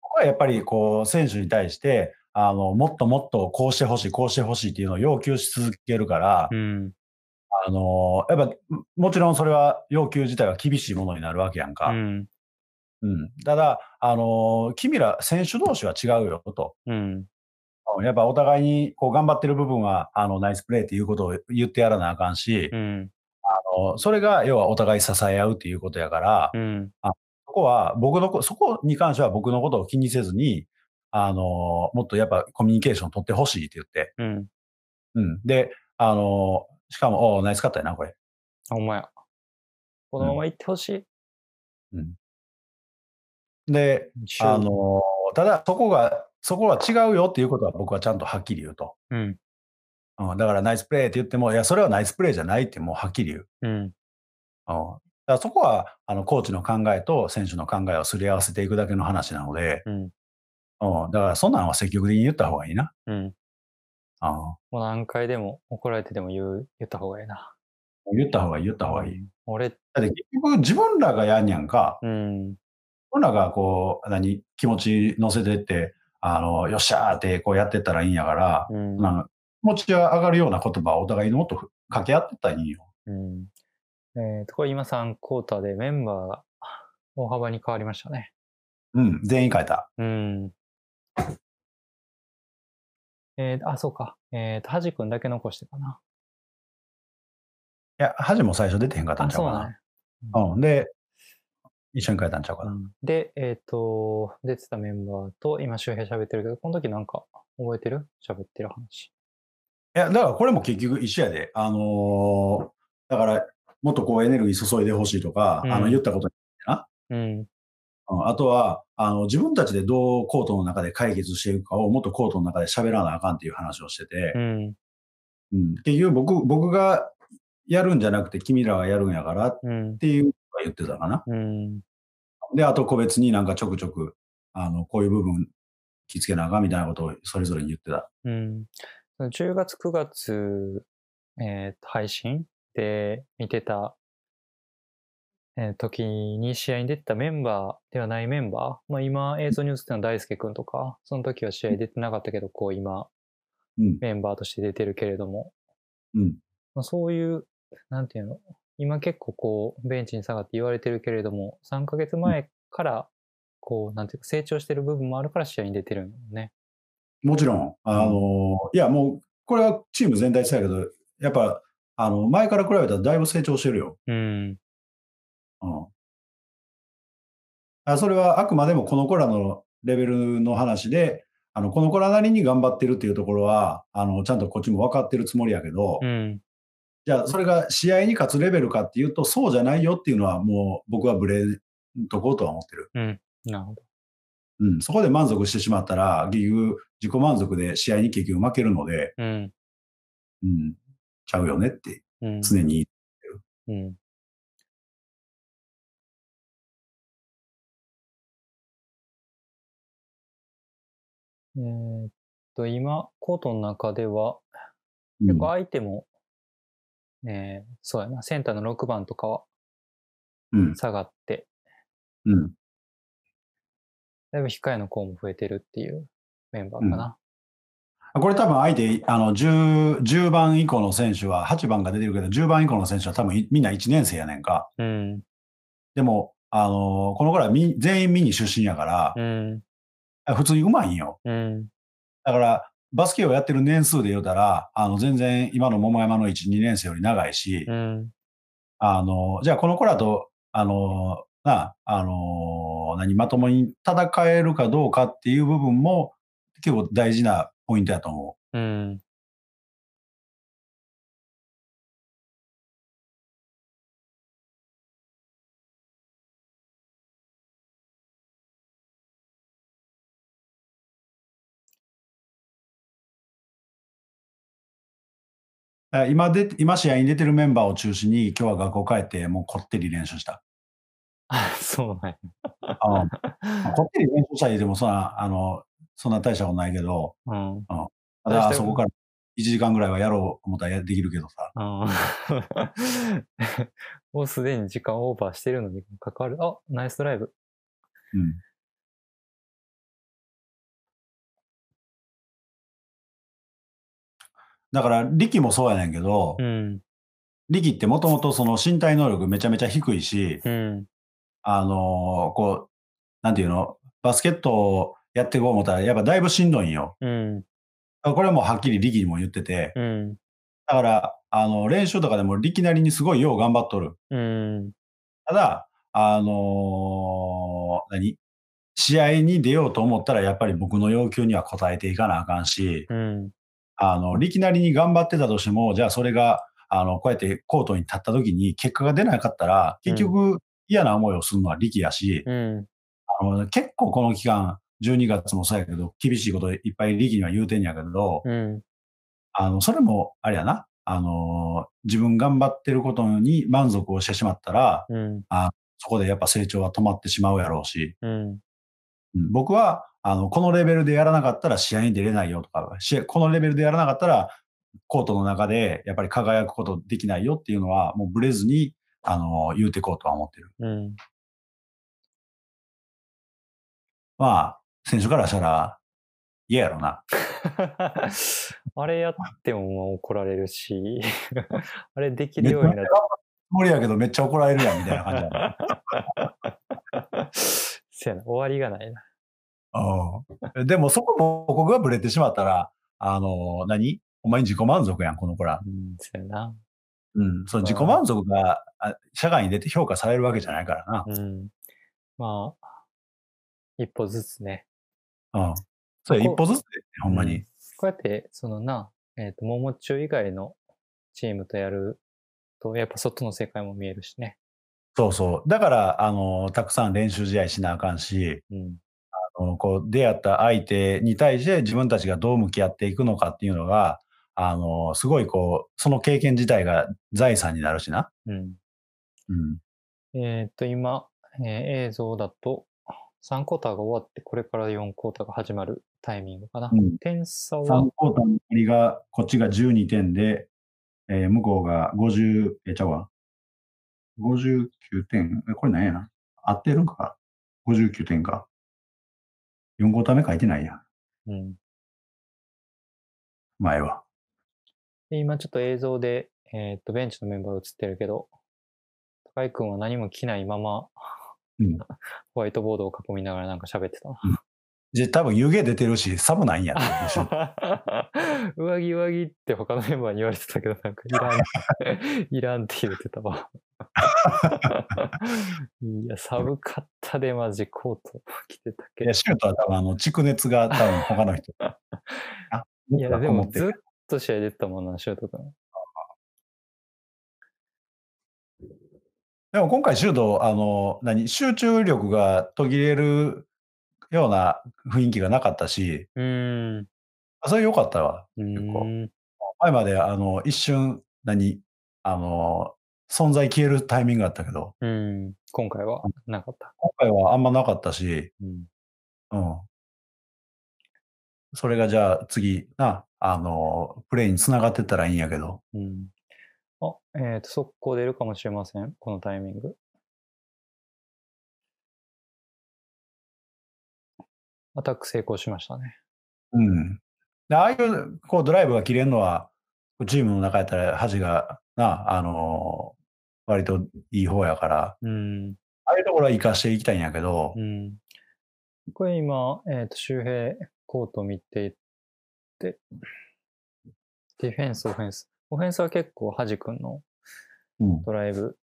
Speaker 1: 僕はやっぱりこう、選手に対して、あの、もっともっとこうしてほしい、こうしてほしいっていうのを要求し続けるから、
Speaker 2: うん。
Speaker 1: あの、やっぱ、ももちろんそれは要求自体は厳しいものになるわけやん
Speaker 2: う
Speaker 1: か。
Speaker 2: ん。
Speaker 1: うん、ただ、あの君ら選手同士は違うよと。
Speaker 2: うん。
Speaker 1: うんやっぱお互いにこう頑張ってる部分はあのナイスプレーっていうことを言ってやらなあかんし、
Speaker 2: うん。
Speaker 1: あのそれが要はお互い支え合うっていうことやから、
Speaker 2: うん。
Speaker 1: そこは僕のこ、そこに関しては僕のことを気にせずに、あのもっとやっぱコミュニケーション取ってほしいって言って。
Speaker 2: うん。
Speaker 1: うん、で、あのしかも、おうナイスカットやな、これ。
Speaker 2: ほんまや。このまま行ってほしい。
Speaker 1: で、
Speaker 2: 周
Speaker 1: あのただそこが、そこは違うよっていうことは僕はちゃんとはっきり言うと。
Speaker 2: うん。
Speaker 1: うん、だからナイスプレーって言っても、いや、それはナイスプレーじゃないってもうはっきり言う。
Speaker 2: うん。
Speaker 1: うん、だからそこは、あの、コーチの考えと選手の考えをすり合わせていくだけの話なので、
Speaker 2: うん。
Speaker 1: うん、だからそんなんは積極的に言った方がいいな。
Speaker 2: うん。
Speaker 1: う
Speaker 2: もう何回でも怒られてでも言う、言った方がいいな。
Speaker 1: ん、言った方がいい、言った方がいい。
Speaker 2: 俺、
Speaker 1: だって結局自分らがやんやんか、
Speaker 2: うん。
Speaker 1: 自分らがこう、何、気持ち乗せてって、あの、よっしゃーってこうやってったらいいんやから、
Speaker 2: うん。
Speaker 1: なんか気持ちが上がるような言葉をお互いにもっと掛け合ってったらいいよ。
Speaker 2: うん。えーと、これ今3クォーターでメンバーが大幅に変わりましたね。
Speaker 1: うん、全員変えた。
Speaker 2: うん。えーあ、そうか。えーと、はじくんだけ残してかな。
Speaker 1: いや、恥も最初出てへんかったん
Speaker 2: あ、
Speaker 1: ちゃう
Speaker 2: そう
Speaker 1: か
Speaker 2: だ
Speaker 1: な
Speaker 2: ね。。
Speaker 1: うん、で、一緒に書いたんちゃうかな。
Speaker 2: で、えっ、と、出てたメンバーと今周平喋ってるけど、この時なんか覚えてる喋ってる話。
Speaker 1: いや、だからこれも結局一緒やで。あのーだから、もっとこうエネルギー注いでほしいとか、
Speaker 2: うん
Speaker 1: あの、言ったこと、
Speaker 2: うん。
Speaker 1: うんあとは、あの、自分たちでどうコートの中で解決していくかを、もっとコートの中で喋らなあかんっていう話をしてて
Speaker 2: う、ん。
Speaker 1: うん。結局僕、僕がやるんじゃなくて、君らがやるんやからっ
Speaker 2: うん。
Speaker 1: ていうのは言ってたかな。
Speaker 2: うん。
Speaker 1: で、あと個別になんかちょくちょく、あの、こういう部分気付けなあかんみたいなことをそれぞれに言ってた。
Speaker 2: うん。その10月、9月、えーと配信で見てた、えー時に試合に出てたメンバーではないメンバー、まあ、今映像に映ってたのは大輔くんとか、その時は試合出てなかったけど、こう今
Speaker 1: うん。
Speaker 2: メンバーとして出てるけれども、
Speaker 1: うん。
Speaker 2: まあ、そういう、なんていうの、今結構こうベンチに下がって言われてるけれども、3ヶ月前から、こう、なんていうか成長してる部分もあるから試合に出てるんだよね。
Speaker 1: もちろん、あのいや、もう、これはチーム全体そうやけど、やっぱ、あの、前から比べたらだいぶ成長してるよ。
Speaker 2: うん。
Speaker 1: うん。あそれはあくまでもこの子らのレベルの話で、あの、この子らなりに頑張ってるっていうところは、あの、ちゃんとこっちも分かってるつもりやけど、
Speaker 2: うん。
Speaker 1: じゃあ、それが試合に勝つレベルかっていうと、そうじゃないよっていうのは、もう僕はブレんとこうとは思ってる。
Speaker 2: なるほど。
Speaker 1: うん。そこで満足してしまったら、結局、自己満足で試合に結局負けるので、
Speaker 2: うん。
Speaker 1: うん、ちゃうよねって
Speaker 2: うん。
Speaker 1: 常に。
Speaker 2: うん。えーっと、今、コートの中では、
Speaker 1: うん
Speaker 2: 結構相手も、えーそうやな、センターの6番とかは
Speaker 1: うん。
Speaker 2: 下がって、
Speaker 1: うん。
Speaker 2: だいぶ控えの子も増えてるっていうメンバーかな。
Speaker 1: これ多分相手、あの、10、10番以降の選手は、8番が出てるけど、10番以降の選手は多分いみんな1年生やねんか。
Speaker 2: うん。
Speaker 1: でも、あのーこの頃はみ全員ミニ出身やから
Speaker 2: う、ん。
Speaker 1: 普通にうまいんよ。
Speaker 2: うん。
Speaker 1: だから、バスケをやってる年数で言うたら、あの、全然今の桃山の1、2年生より長いし、
Speaker 2: うん。
Speaker 1: あのーじゃあこの子らと、あのーな、あのー何、まともに戦えるかどうかっていう部分も、結構大事なポイントやと思う。
Speaker 2: うん。
Speaker 1: あ今で、今試合に出てるメンバーを中心に、今日は学校帰って、もうこってり練習した。
Speaker 2: あ、そうなんや。
Speaker 1: うんま あこってり練習したりでも、そんな、あの、そんな大したことないけど、
Speaker 2: うん。うん。
Speaker 1: ただ
Speaker 2: 大した
Speaker 1: そこから1時間ぐらいはやろう思ったらやできるけどさ。
Speaker 2: もうすでに時間オーバーしてるのに関わる。あ、ナイスドライブ。
Speaker 1: うん。だから、力もそうやねんけど、
Speaker 2: うん。
Speaker 1: 力ってもともとその身体能力めちゃめちゃ低いし、
Speaker 2: うん。
Speaker 1: あのーこう、なんていうの、バスケットをやっていこう思ったら、やっぱだいぶしんどいんよ。
Speaker 2: うん。
Speaker 1: これはもうはっきり力にも言ってて、
Speaker 2: うん。
Speaker 1: だから、あの、練習とかでも力なりにすごいよう頑張っとる。
Speaker 2: うん。
Speaker 1: ただ、あのー何試合に出ようと思ったら、やっぱり僕の要求には応えていかなあかんし、
Speaker 2: うん。
Speaker 1: あの、力なりに頑張ってたとしても、じゃあそれが、あの、こうやってコートに立った時に結果が出なかったら、結局嫌な思いをするのは力やし、
Speaker 2: うん。
Speaker 1: あの結構この期間、12月もそうやけど、厳しいこといっぱい力には言うてんやけど、
Speaker 2: うん。
Speaker 1: あの、それも、あれやな、あのー自分頑張ってることに満足をしてしまったら、
Speaker 2: うん。
Speaker 1: そこでやっぱ成長は止まってしまうやろうし、
Speaker 2: うん。
Speaker 1: うん僕は、あの、このレベルでやらなかったら試合に出れないよとか、試合このレベルでやらなかったら、コートの中でやっぱり輝くことできないよっていうのは、もうブレずに、あのー言うてこうとは思ってる。
Speaker 2: うん。
Speaker 1: まあ、選手からしたら、嫌やろな。
Speaker 2: あれやっても怒られるし、 あれできるようになっ
Speaker 1: 無理やけどめっちゃ怒られるやんみたいな感じやな。
Speaker 2: せやな、終わりがないな。
Speaker 1: うんでもそこも僕がブレてしまったら、あの、何お前自己満足やん、この子ら。
Speaker 2: うん、せやな。
Speaker 1: うん。その自己満足が、あ社会に出て評価されるわけじゃないからな。
Speaker 2: うん。まあ、一歩ずつね。
Speaker 1: うん。それ
Speaker 2: こ
Speaker 1: 一歩ずつで、ほんま
Speaker 2: う
Speaker 1: に。
Speaker 2: こうやって、そのな、えっ、と、桃中以外のチームとやると、やっぱ外の世界も見えるしね。
Speaker 1: そうそう。だから、あの、たくさん練習試合しなあかんし、
Speaker 2: うん。
Speaker 1: あのこう、出会った相手に対して自分たちがどう向き合っていくのかっていうのが、あの、すごいこう、その経験自体が財産になるしな。
Speaker 2: うん。
Speaker 1: うん。
Speaker 2: えっ、と、今、えー映像だと、3クォーターが終わって、これから4クォーターが始まるタイミングかな。
Speaker 1: うん
Speaker 2: 点差は
Speaker 1: 3、クォーターの残りが、こっちが12点で、えー向こうが50、え、ちゃうわ。59点。え、これ何やな合ってるんか ?59 点か。4クォーター目書いてないや。
Speaker 2: うん。
Speaker 1: 前は。
Speaker 2: で今ちょっと映像で、えっ、と、ベンチのメンバーが映ってるけど、高井くんは何も着ないまま、
Speaker 1: うん
Speaker 2: ホワイトボードを囲みながらなんか喋ってたな。
Speaker 1: じゃ、多分湯気出てるし、寒ないんや。
Speaker 2: 上着上着って他のメンバーに言われてたけど、なんかいらん、いらんって言ってたわ。いや、寒かったで、マジコート着てたけ
Speaker 1: い
Speaker 2: ど
Speaker 1: や、。シュートは多分、あの、蓄熱が多分他の 人。あ、
Speaker 2: いや、で
Speaker 1: こも
Speaker 2: も
Speaker 1: って
Speaker 2: ずっ
Speaker 1: る
Speaker 2: と試合出てたもんな、シュート君。
Speaker 1: でも今回、シュート、あの、何、集中力が途切れるような雰囲気がなかったし、
Speaker 2: うーん。
Speaker 1: あそれ良かったわ。
Speaker 2: う
Speaker 1: 構
Speaker 2: ーん。
Speaker 1: 前まであの一瞬何あの存在消えるタイミングがあったけど
Speaker 2: うん。今回はなかった。
Speaker 1: 今回はあんまなかったし、
Speaker 2: うん。
Speaker 1: うん、それがじゃあ次なあのプレーに繋がってったらいいんやけど
Speaker 2: うん。あ、えっ、と、速攻出るかもしれません。このタイミング。アタック成功しましたね。
Speaker 1: うんでああいうこうドライブが切れるのはチームの中やったら恥がなあの割といい方やから
Speaker 2: うん。
Speaker 1: ああいうところは生かしていきたいんやけど、
Speaker 2: うん。これ今、えっ、と、周平コート見ていって、ディフェンス、オフェンス。オフェンスは結構、ハジ君の
Speaker 1: うん
Speaker 2: ドライブ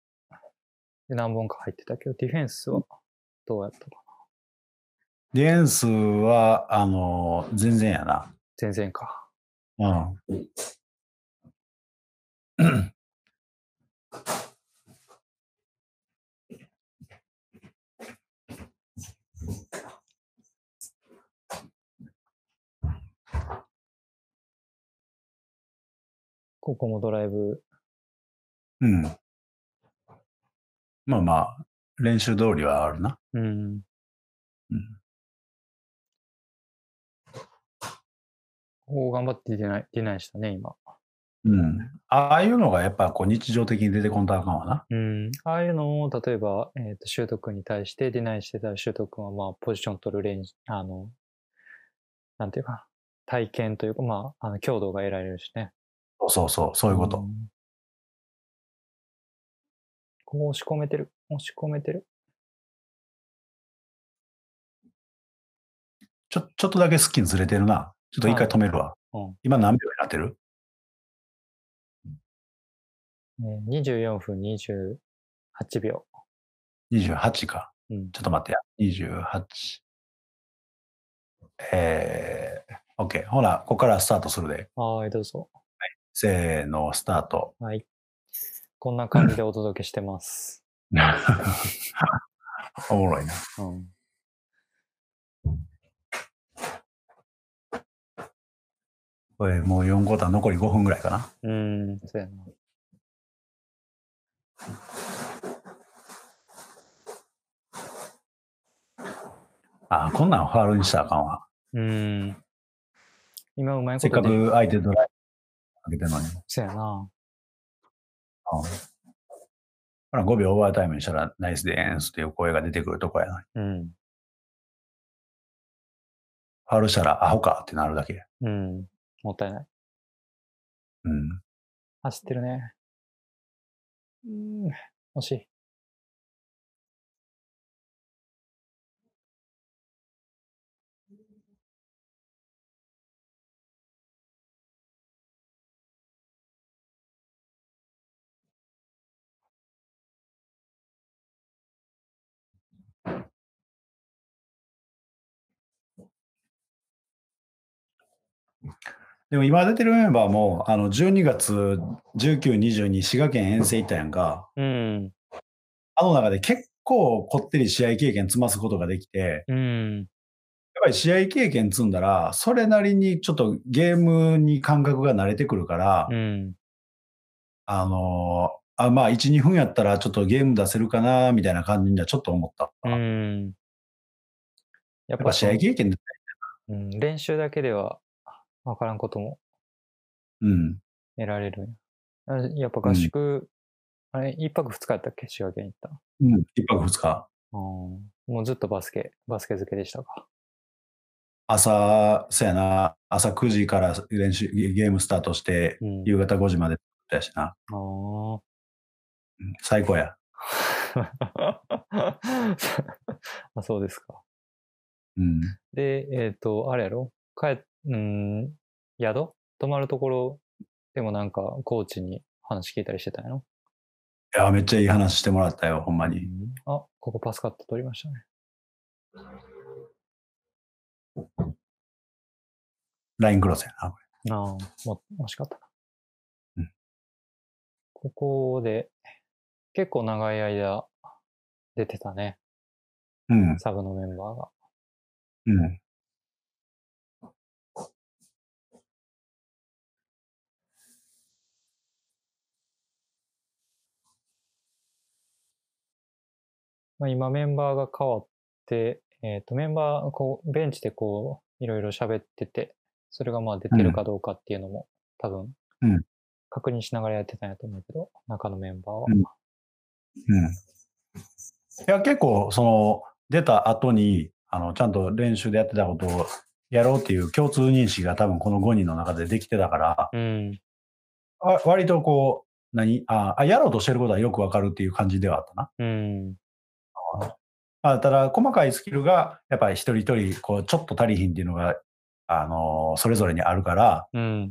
Speaker 2: で何本か入ってたけど、ディフェンスはどうやったか。
Speaker 1: ディフェンスはあの全然やな。
Speaker 2: 全然か。
Speaker 1: うん。
Speaker 2: ここもドライブ。
Speaker 1: うん。まあまあ、練習通りはあるな。
Speaker 2: うん。
Speaker 1: うん。
Speaker 2: おお、頑張って出ない、出ないしたね、今。
Speaker 1: うん。ああいうのがやっぱこう日常的に出てこんとあかんわな。
Speaker 2: うん。ああいうのを、例えば、えっ、と、シュート君に対して出ないしてたら、シュート君は、まあ、ポジション取る練習、あの、なんていうかな、体験というか、まあ、あの、強度が得られるしね。
Speaker 1: そうそうそう、そういうこ
Speaker 2: ん
Speaker 1: と。。
Speaker 2: こう押し込めてる。押し込めてる。
Speaker 1: ちょ、ちょっとだけスキンずれてるな。ちょっと一回止めるわ。
Speaker 2: うん
Speaker 1: 今何秒になってる
Speaker 2: ね24分28秒。
Speaker 1: ?28 か。
Speaker 2: うん。
Speaker 1: ちょっと待ってや。28。えー、OK。ほら、ここからスタートするで。
Speaker 2: はい、どうぞ。
Speaker 1: せーの、スタート。
Speaker 2: はい。こんな感じでお届けしてます。
Speaker 1: おもろいな。
Speaker 2: うん。
Speaker 1: これもう4号段残り5分ぐらいかな。
Speaker 2: うん、そうやな。
Speaker 1: あー、こんなんファールにしたらあかんわ。
Speaker 2: うん。今うまい
Speaker 1: せ
Speaker 2: こ
Speaker 1: っか
Speaker 2: とで。
Speaker 1: く相手ドライブ上げてるのに。
Speaker 2: そうやな。
Speaker 1: うんほら、5秒オーバータイムにしたらナイスでーンスっていう声が出てくるとこやな。
Speaker 2: うん。
Speaker 1: ファウルしたらアホかってなるだけ。
Speaker 2: うん。もったいない。
Speaker 1: うん。
Speaker 2: 走ってるね。うん。惜しい。
Speaker 1: でも今出てるメンバーも、あの、12月19、22、滋賀県遠征行ったやんか、
Speaker 2: うん。
Speaker 1: あの中で結構こってり試合経験積ますことができて、やっ
Speaker 2: うん。
Speaker 1: ぱり試合経験積んだら、それなりにちょっとゲームに感覚が慣れてくるから、
Speaker 2: うん。
Speaker 1: あのーあ、まあ、1、2分やったらちょっとゲーム出せるかな、みたいな感じにはちょっと思った。
Speaker 2: う
Speaker 1: やっ
Speaker 2: ん。やっ
Speaker 1: ぱ
Speaker 2: ぱ
Speaker 1: 試
Speaker 2: その
Speaker 1: 合経験で、
Speaker 2: うん、練習だけでは分からんことも
Speaker 1: うん。
Speaker 2: 得られるんや。あやっぱ合宿、あれ、一泊二日やったっけ滋賀県行った。
Speaker 1: うん、一泊二日。
Speaker 2: うんもうずっとバスケ、バスケ漬けでしたか。
Speaker 1: 朝、そやな、朝9時から練習、ゲゲームスタートして、
Speaker 2: うん。
Speaker 1: 夕方5時までやしな。
Speaker 2: あ
Speaker 1: うん最高や。
Speaker 2: あ。 あ、そうですか。
Speaker 1: うん。
Speaker 2: で、えっ、と、あれやろ帰っ、うん、宿泊まるところでもなんか、コーチに話聞いたりしてたんやろ
Speaker 1: いや、めっちゃいい話してもらったよ、ほんま
Speaker 2: う
Speaker 1: に。
Speaker 2: んあ、ここパスカット取りましたね。
Speaker 1: ラインクロスやな。こ
Speaker 2: ああ、も、惜しかった
Speaker 1: う
Speaker 2: な。
Speaker 1: ん
Speaker 2: ここで、結構長い間出てたね、
Speaker 1: れうん、
Speaker 2: サブのメンバーが。
Speaker 1: うん。
Speaker 2: まあ、今メンバーが変わって、えっ、と、メンバー、こう、ベンチでこう、いろいろ喋ってて、それがまあ出てるかどうかっていうのも、多分
Speaker 1: うん、
Speaker 2: 確認しながらやってたんやと思うけど、中のメンバーは。
Speaker 1: うんうん。いや、結構、その、出た後に、あの、ちゃんと練習でやってたことをやろうっていう共通認識が多分この5人の中でできてたから、
Speaker 2: うん。
Speaker 1: わ割とこう、何ああ、やろうとしてることはよくわかるっていう感じではあったな。
Speaker 2: うん。
Speaker 1: まあ、ただ、細かいスキルが、やっぱり一人一人、こう、ちょっと足りひんっていうのが、あのーそれぞれにあるから、
Speaker 2: うん。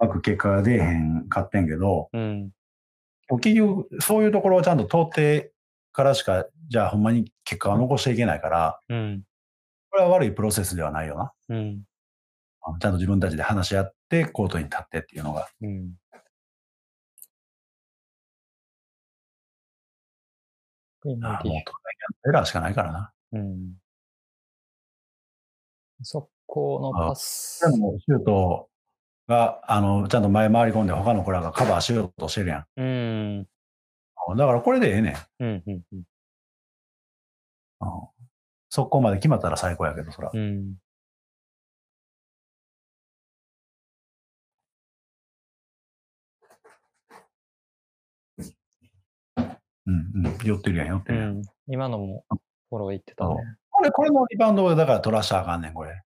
Speaker 1: うまく結果が出えへんかってんけど、
Speaker 2: うん。
Speaker 1: 結局、そういうところをちゃんと通ってからしか、じゃあ、ほんまに結果を残していけないから、
Speaker 2: うん。
Speaker 1: これは悪いプロセスではないよな。
Speaker 2: うん。
Speaker 1: あのちゃんと自分たちで話し合って、コートに立ってっていうのが。
Speaker 2: うん。今
Speaker 1: ああもう、エラーしかないからな。
Speaker 2: うん。速攻のパス
Speaker 1: で。も、シュート、が、あの、ちゃんと前回り込んで他の子らがカバーしようとしてるやん。
Speaker 2: うん。
Speaker 1: だからこれでええねん。
Speaker 2: うん。うん。うん
Speaker 1: うんそこまで決まったら最高やけど、そら。
Speaker 2: うん。
Speaker 1: うんうん。寄ってるやん、寄って
Speaker 2: う
Speaker 1: るやん。
Speaker 2: ん。今のもフォローいってたね。
Speaker 1: これ、これのリバウンドをだから取らしたらあかんねん、これ。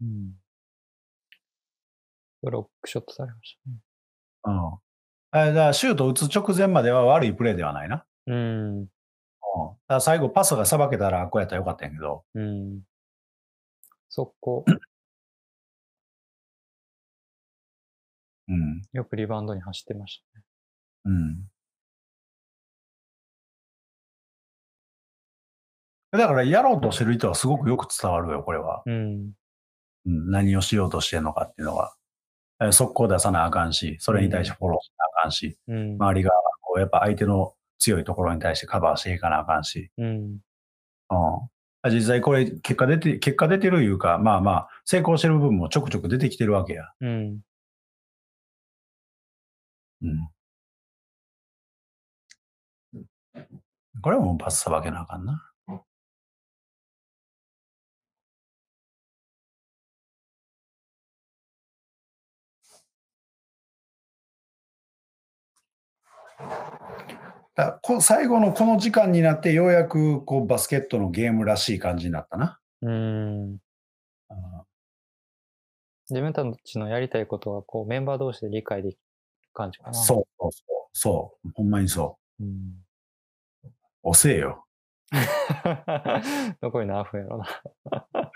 Speaker 2: うん。ブロックショットされまし
Speaker 1: うん。あだからシュート打つ直前までは悪いプレーではないな。
Speaker 2: たね。うん。
Speaker 1: うん。だから最後パスがさばけたら、こうやったらよかったんやけど。
Speaker 2: うん。そこ、
Speaker 1: うん。
Speaker 2: よくリバウンドに走ってまし
Speaker 1: うん。だから、やろうとしてる意図はすごくよく伝わるよ、これは。
Speaker 2: たね。うん。
Speaker 1: うん、何をしようとしてるのかっていうのが。えー速攻出さなあかんし、それに対してフォローしなあかんし、
Speaker 2: うん。
Speaker 1: 周りがこうやっぱ相手の強いところに対してカバーしていかなあかんし。
Speaker 2: うん。
Speaker 1: うん。実際これ、結果出て、結果出てるいうか、まあまあ、成功してる部分もちょくちょく出てきてるわけや。
Speaker 2: うん。
Speaker 1: うん。これはもうパスさばけなあかんな。だからこ最後のこの時間になってようやくこうバスケットのゲームらしい感じになったな。
Speaker 2: うん。自分たちのやりたいことが、こう、メンバー同士で理解できる感じかな。。
Speaker 1: そうそうそう。そう。ほんまにそう
Speaker 2: うん。
Speaker 1: う。遅えよ。
Speaker 2: 残り何分やろうな。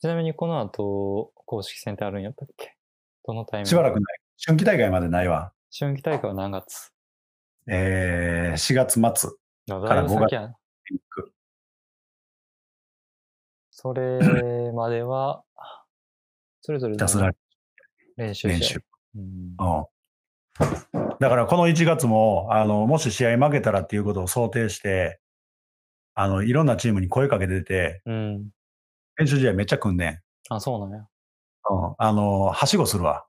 Speaker 2: ちなみにこの後、公式戦ってあるんやったっけどのタイミング
Speaker 1: しばらくない。春季大会までないわ。
Speaker 2: 春季大会は何月
Speaker 1: えー、4月末。
Speaker 2: だ
Speaker 1: ら
Speaker 2: いぶ先やな。それまでは、それぞれ
Speaker 1: ひ
Speaker 2: の
Speaker 1: たすら
Speaker 2: 練習
Speaker 1: 練
Speaker 2: 試合
Speaker 1: 習。。
Speaker 2: うん
Speaker 1: うん。だからこの1月も、あの、もし試合負けたらっていうことを想定して、あの、いろんなチームに声かけてて、
Speaker 2: うん。
Speaker 1: 練習試合めっちゃ組んねん。
Speaker 2: あ、そうなんや。
Speaker 1: うん。あの、はしごするわ。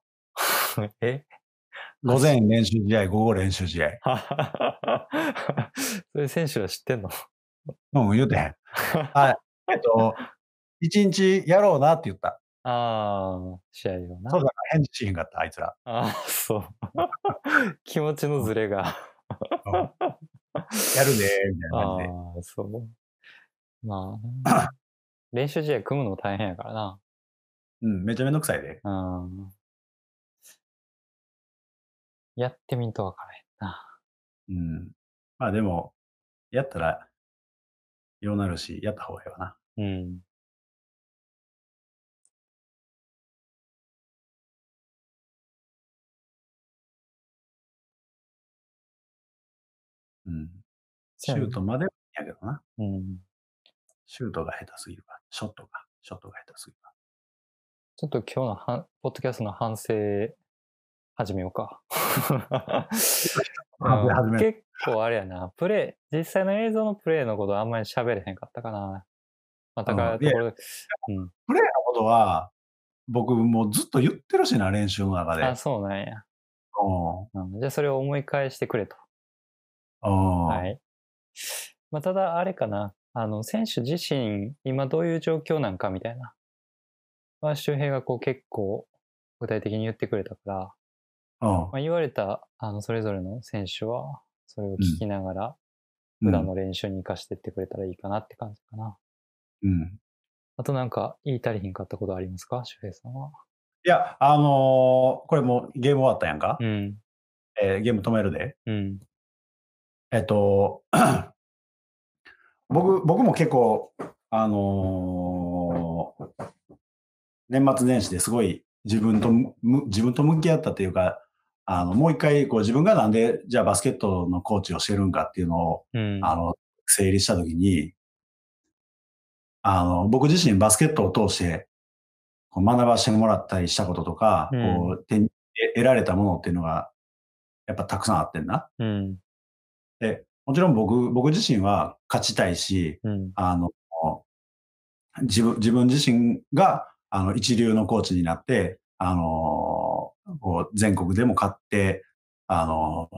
Speaker 2: え
Speaker 1: 午前練習試合、午後練習試合。
Speaker 2: それ選手は知ってんの
Speaker 1: うん、言うて へん。はい。えっと、1日やろうなって言った。
Speaker 2: ああ、試合をな
Speaker 1: そう。だから返事しへんかった、あいつら。
Speaker 2: ああ、そう。 気持ちのズレが。
Speaker 1: やるで、み たいな
Speaker 2: あ
Speaker 1: 感
Speaker 2: あ
Speaker 1: じで。、
Speaker 2: そう。ま あ、練習試合組むのも大変やからな。
Speaker 1: うん、めちゃめんどくさいで。
Speaker 2: うん。やってみんとわからへんな。
Speaker 1: うん。まあでも、やったら、ようなるし、やった方がいいわな。
Speaker 2: うん。
Speaker 1: うん。シ
Speaker 2: そうやね
Speaker 1: ュートまではいいんやけどな。
Speaker 2: うん。
Speaker 1: シュートが下手すぎるわ。ショットが、ショットが下手すぎるわ。
Speaker 2: ちょっと今日のはんポッドキャストの反省始めよ うか。
Speaker 1: 反省始める
Speaker 2: 結構あれやな、プレイ、実際の映像のプレイのことあんまり喋れへんかったかな。まあ、だから
Speaker 1: うん
Speaker 2: ところで、うん。
Speaker 1: プレーのことは、僕もうずっと言ってるしな、練習の中で。
Speaker 2: あ、そうなんや。
Speaker 1: う
Speaker 2: うんじゃあそれを思い返してくれと。
Speaker 1: ん。うん。
Speaker 2: はい。まあ、ただ、あれかな。あの、選手自身、今どういう状況なんかみたいな。まあ、周平がこう結構具体的に言ってくれたから、
Speaker 1: うん
Speaker 2: まあ、言われた、あの、それぞれの選手は、それを聞きながら、普段の練習に生かしてってくれたらいいかなって感じかな。
Speaker 1: うん。
Speaker 2: あとなんか言い足りひんかったことありますか周平さんは。
Speaker 1: いや、あのーこれもうゲーム終わったやんか。
Speaker 2: うん。
Speaker 1: えーゲーム止めるで。
Speaker 2: うん。
Speaker 1: えっと、 僕、僕も結構、あのー年末年始ですごい自分とむ、む自分と向き合ったというか、あの、もう一回、こう自分がなんで、じゃあバスケットのコーチをしてるんかっていうのを、
Speaker 2: うん。
Speaker 1: あの、整理したときに、あの、僕自身バスケットを通して、こう学ばしてもらったりしたこととか、
Speaker 2: うん
Speaker 1: こう手に得られたものっていうのが、やっぱたくさんあってんな。
Speaker 2: うん。
Speaker 1: もちろん僕、僕自身は勝ちたいし、
Speaker 2: うん。
Speaker 1: あの、自分、自分自身が、あの、一流のコーチになって、あの、こう、全国でも勝って、あの、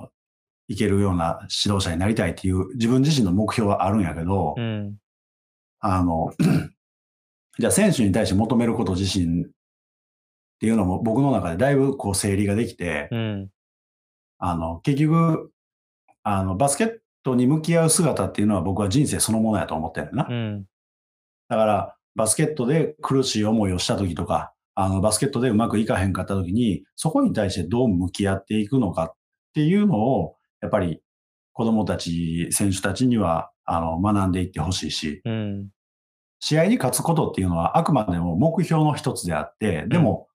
Speaker 1: いけるような指導者になりたいっていう、自分自身の目標はあるんやけど、
Speaker 2: うん。
Speaker 1: あの、 じゃあ選手に対して求めること自身っていうのも僕の中でだいぶこう整理ができて、
Speaker 2: うん。
Speaker 1: あの、結局、あの、バスケットに向き合う姿っていうのは僕は人生そのものやと思ってるな。
Speaker 2: うん。
Speaker 1: だから、バスケットで苦しい思いをした時とか、あの、バスケットでうまくいかへんかった時に、そこに対してどう向き合っていくのかっていうのを、やっぱり子供たち、選手たちには、あの、学んでいってほしいし、
Speaker 2: うん。
Speaker 1: 試合に勝つことっていうのはあくまでも目標の一つであって、でも、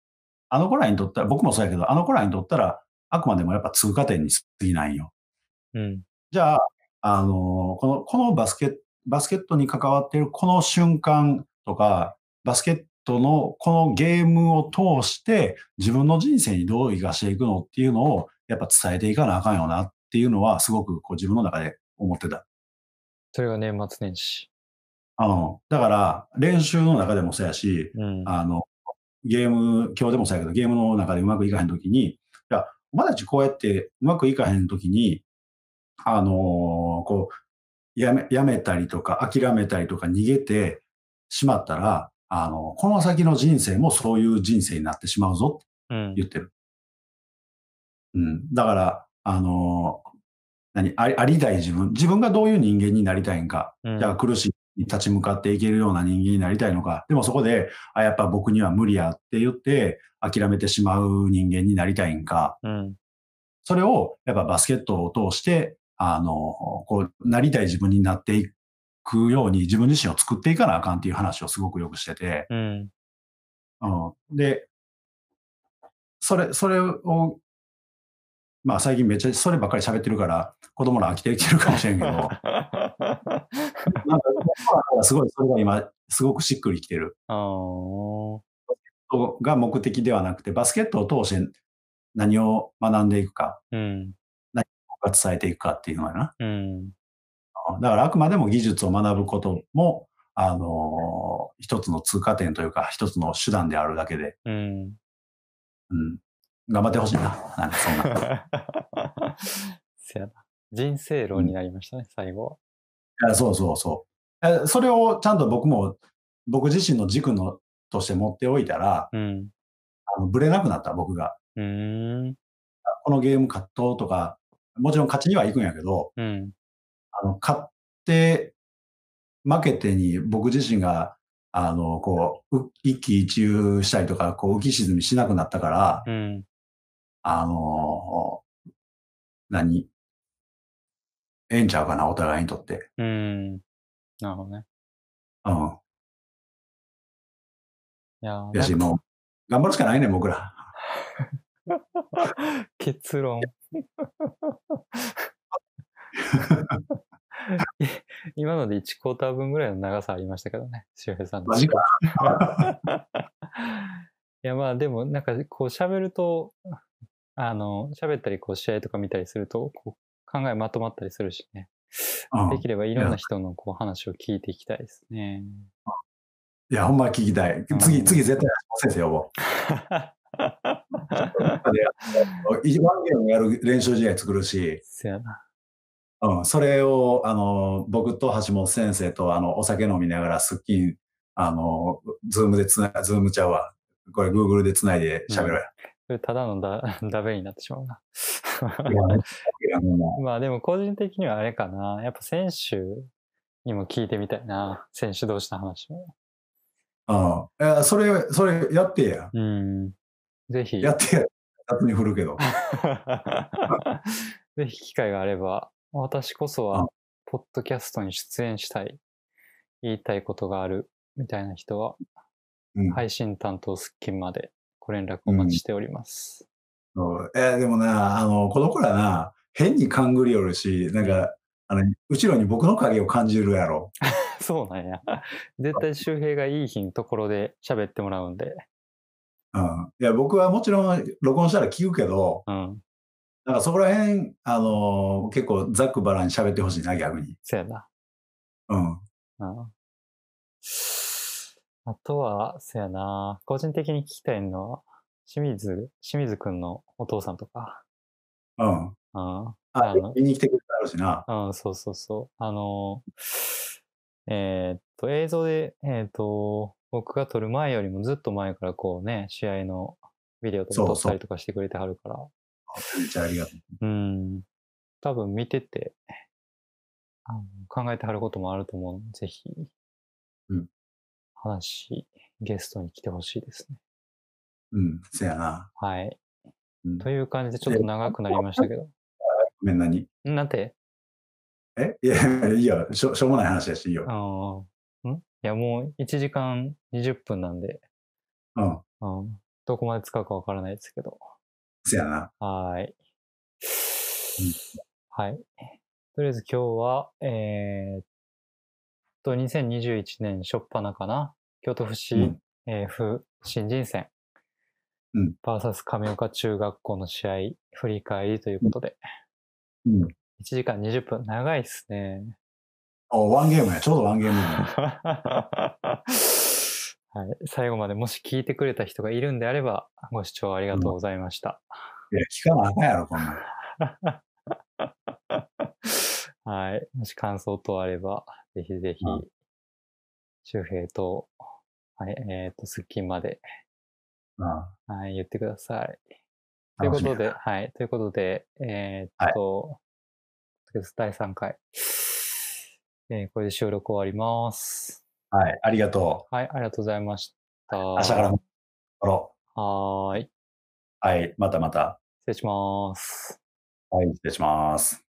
Speaker 1: あの子らにとったら、僕もそうやけど、あの子らにとったら、あくまでもやっぱ通過点に過ぎないよ。
Speaker 2: うん。
Speaker 1: じゃあ、あの、この、このバスケ、バスケットに関わっているこの瞬間とか、バスケットのこのゲームを通して、自分の人生にどう生かしていくのっていうのを、やっぱ伝えていかなあかんよなっていうのは、すごくこう自分の中で思ってた。
Speaker 2: それが年末年始。
Speaker 1: うん。だから、練習の中でもそうやし、
Speaker 2: うん。
Speaker 1: あの、ゲーム、今日でもそうやけど、ゲームの中でうまくいかへんときに、いや、お前たちこうやってうまくいかへんときに、あのーこう、やめ、やめたりとか、諦めたりとか、逃げてしまったら、あの、この先の人生もそういう人生になってしまうぞって
Speaker 2: うん。
Speaker 1: 言ってる。うん。だから、あのー何ありありたい自分。自分がどういう人間になりたいんか。
Speaker 2: うん
Speaker 1: じゃあ苦しみに立ち向かっていけるような人間になりたいのか。でもそこで、あ、やっぱ僕には無理やって言って、諦めてしまう人間になりたいんか。
Speaker 2: うん。
Speaker 1: それを、やっぱバスケットを通して、あの、こう、なりたい自分になっていくように自分自身を作っていかなあかんっていう話をすごくよくしてて。
Speaker 2: うん。
Speaker 1: うん、で、それ、それを、まあ最近めっちゃそればっかり喋ってるから、子供ら飽きてきてるかもし れんけど、なんか、すごい、それが今、すごくしっくりきてる。
Speaker 2: あー
Speaker 1: が目的ではなくて、バスケットを通して何を学んでいくか、
Speaker 2: うん。
Speaker 1: 僕が伝えていくかっていうのやな。
Speaker 2: うん。
Speaker 1: だからあくまでも技術を学ぶことも、あのー一つの通過点というか、一つの手段であるだけで、
Speaker 2: うん。
Speaker 1: うん。頑張ってほしいな。なんかそんな。い
Speaker 2: せやな。人生論になりましたね、最後は。
Speaker 1: やそうそうそう。えそれをちゃんと僕も、僕自身の軸のとして持っておいたら、
Speaker 2: うん。
Speaker 1: あのぶれなくなった、僕が。
Speaker 2: うーん。
Speaker 1: このゲーム勝とうとか、もちろん勝ちにはいくんやけど、
Speaker 2: うん。
Speaker 1: あの、勝って、負けてに僕自身が、あの、こう、う一喜一憂したりとか、こう、浮き沈みしなくなったから、
Speaker 2: うん。
Speaker 1: あの、何ええんちゃうかな、お互いにとって。
Speaker 2: うん。なるほどね。
Speaker 1: うん。
Speaker 2: いやー
Speaker 1: やし、もう、頑張るしかないね、僕ら。
Speaker 2: 結 論。 い今ので1クォーター分ぐらいの長さありましたけどね、周平さんの。
Speaker 1: マジか。
Speaker 2: いやまあでもなんかこう喋ると、あの、喋ったりこう試合とか見たりすると、こう考えまとまったりするしね。
Speaker 1: うん。
Speaker 2: で
Speaker 1: い
Speaker 2: きればいろんな人のこう話を聞いていきたいですね。
Speaker 1: や、ほんま聞きたい。
Speaker 2: う
Speaker 1: 次、
Speaker 2: ん
Speaker 1: 次絶対先生呼ぼ う。一番ゲームやる練習試合作るし、
Speaker 2: せやな。
Speaker 1: うん、それを、あの、僕と橋本先生と、あの、お酒飲みながら、すっきり、あの、ズームでつな、ズームちゃうわ。これ、Google でつないで喋ろう
Speaker 2: それただのだ、だべになってしまうな。
Speaker 1: や。いやいやも
Speaker 2: まあでも個人的にはあれかな。やっぱ選手にも聞いてみたいな。選手同士の話も。
Speaker 1: ううん。え、それ、それ、やってや。
Speaker 2: うん。ぜひ、
Speaker 1: やってや。勝手に振るけど。
Speaker 2: ぜひ機会があれば、私こそ
Speaker 1: う
Speaker 2: は
Speaker 1: ん、
Speaker 2: ポッドキャストに出演したい、言いたいことがある、みたいな人は、
Speaker 1: うん。
Speaker 2: 配信担当スッキンまでご連絡お待ちしております。
Speaker 1: そうえーでもな、あの、この子らな、変に勘ぐりよるし、なんか、あの、後ろに僕の影を感じるやろ。
Speaker 2: そうなんや。絶対周平がいい日のところで喋ってもらうんで。
Speaker 1: うん。いや、僕はもちろん録音したら聞くけど、
Speaker 2: うん。
Speaker 1: なんかそこら辺、あの結構ざっくばらんに喋ってほしいな、逆に。
Speaker 2: そうやな。
Speaker 1: うん。
Speaker 2: うん。あとは、そうやな。個人的に聞きたいのは、清水、清水くんのお父さんとか。
Speaker 1: うん。
Speaker 2: うん。
Speaker 1: あ
Speaker 2: あの、
Speaker 1: 見に来てくれたらしいな。
Speaker 2: うん、そうそうそう。あの、えーっと、映像で、えーっと、僕が撮る前よりもずっと前からこうね、試合のビデオと
Speaker 1: そう
Speaker 2: か撮っ
Speaker 1: そう
Speaker 2: たりとかしてくれてはるから、
Speaker 1: めっちゃありがとう。
Speaker 2: うん。多分見てて、あの考えてはることもあると思うので、ぜひ、
Speaker 1: うん
Speaker 2: 話、ゲストに来てほしいですね。
Speaker 1: うん、せやな。
Speaker 2: はい。
Speaker 1: うん、
Speaker 2: という感じでちょっと長くなりましたけど。
Speaker 1: ごめんなに。
Speaker 2: なんて、
Speaker 1: え いや、いやしょ、しょうもない話やし、いいよ
Speaker 2: あ。のんいや、もう1時間20分なんで、
Speaker 1: うん、
Speaker 2: うん、どこまで使うかわからないですけど。
Speaker 1: せやな。
Speaker 2: はーい。はい。とりあえず今日は、えー、っと、2021年初っ端かな。京都府市、
Speaker 1: うん
Speaker 2: えー府新人戦。
Speaker 1: うん。
Speaker 2: VS 亀岡中学校の試合、振り返りということで。
Speaker 1: うん。
Speaker 2: 1時間20分、長いっすね。
Speaker 1: お、ワンゲームや。ちょうどワンゲームや。
Speaker 2: はい、最後までもし聞いてくれた人がいるんであれば、ご視聴ありがとうございました。
Speaker 1: いや、聞かなあかんやろ、こんなん。
Speaker 2: はい。もし感想等あれば、ぜひぜひ
Speaker 1: う、
Speaker 2: 周平と、はい、えっ、と、スッキンまで、
Speaker 1: うん
Speaker 2: はい、言ってください。ということで、。はい。ということで、えーっと、第3回、えーこれで収録終わります。
Speaker 1: はい、ありがと
Speaker 2: はい、ありがとうございました。
Speaker 1: う。明日からも。あら
Speaker 2: はーい。
Speaker 1: はい、またまた。
Speaker 2: 失礼します。
Speaker 1: はい、失礼します。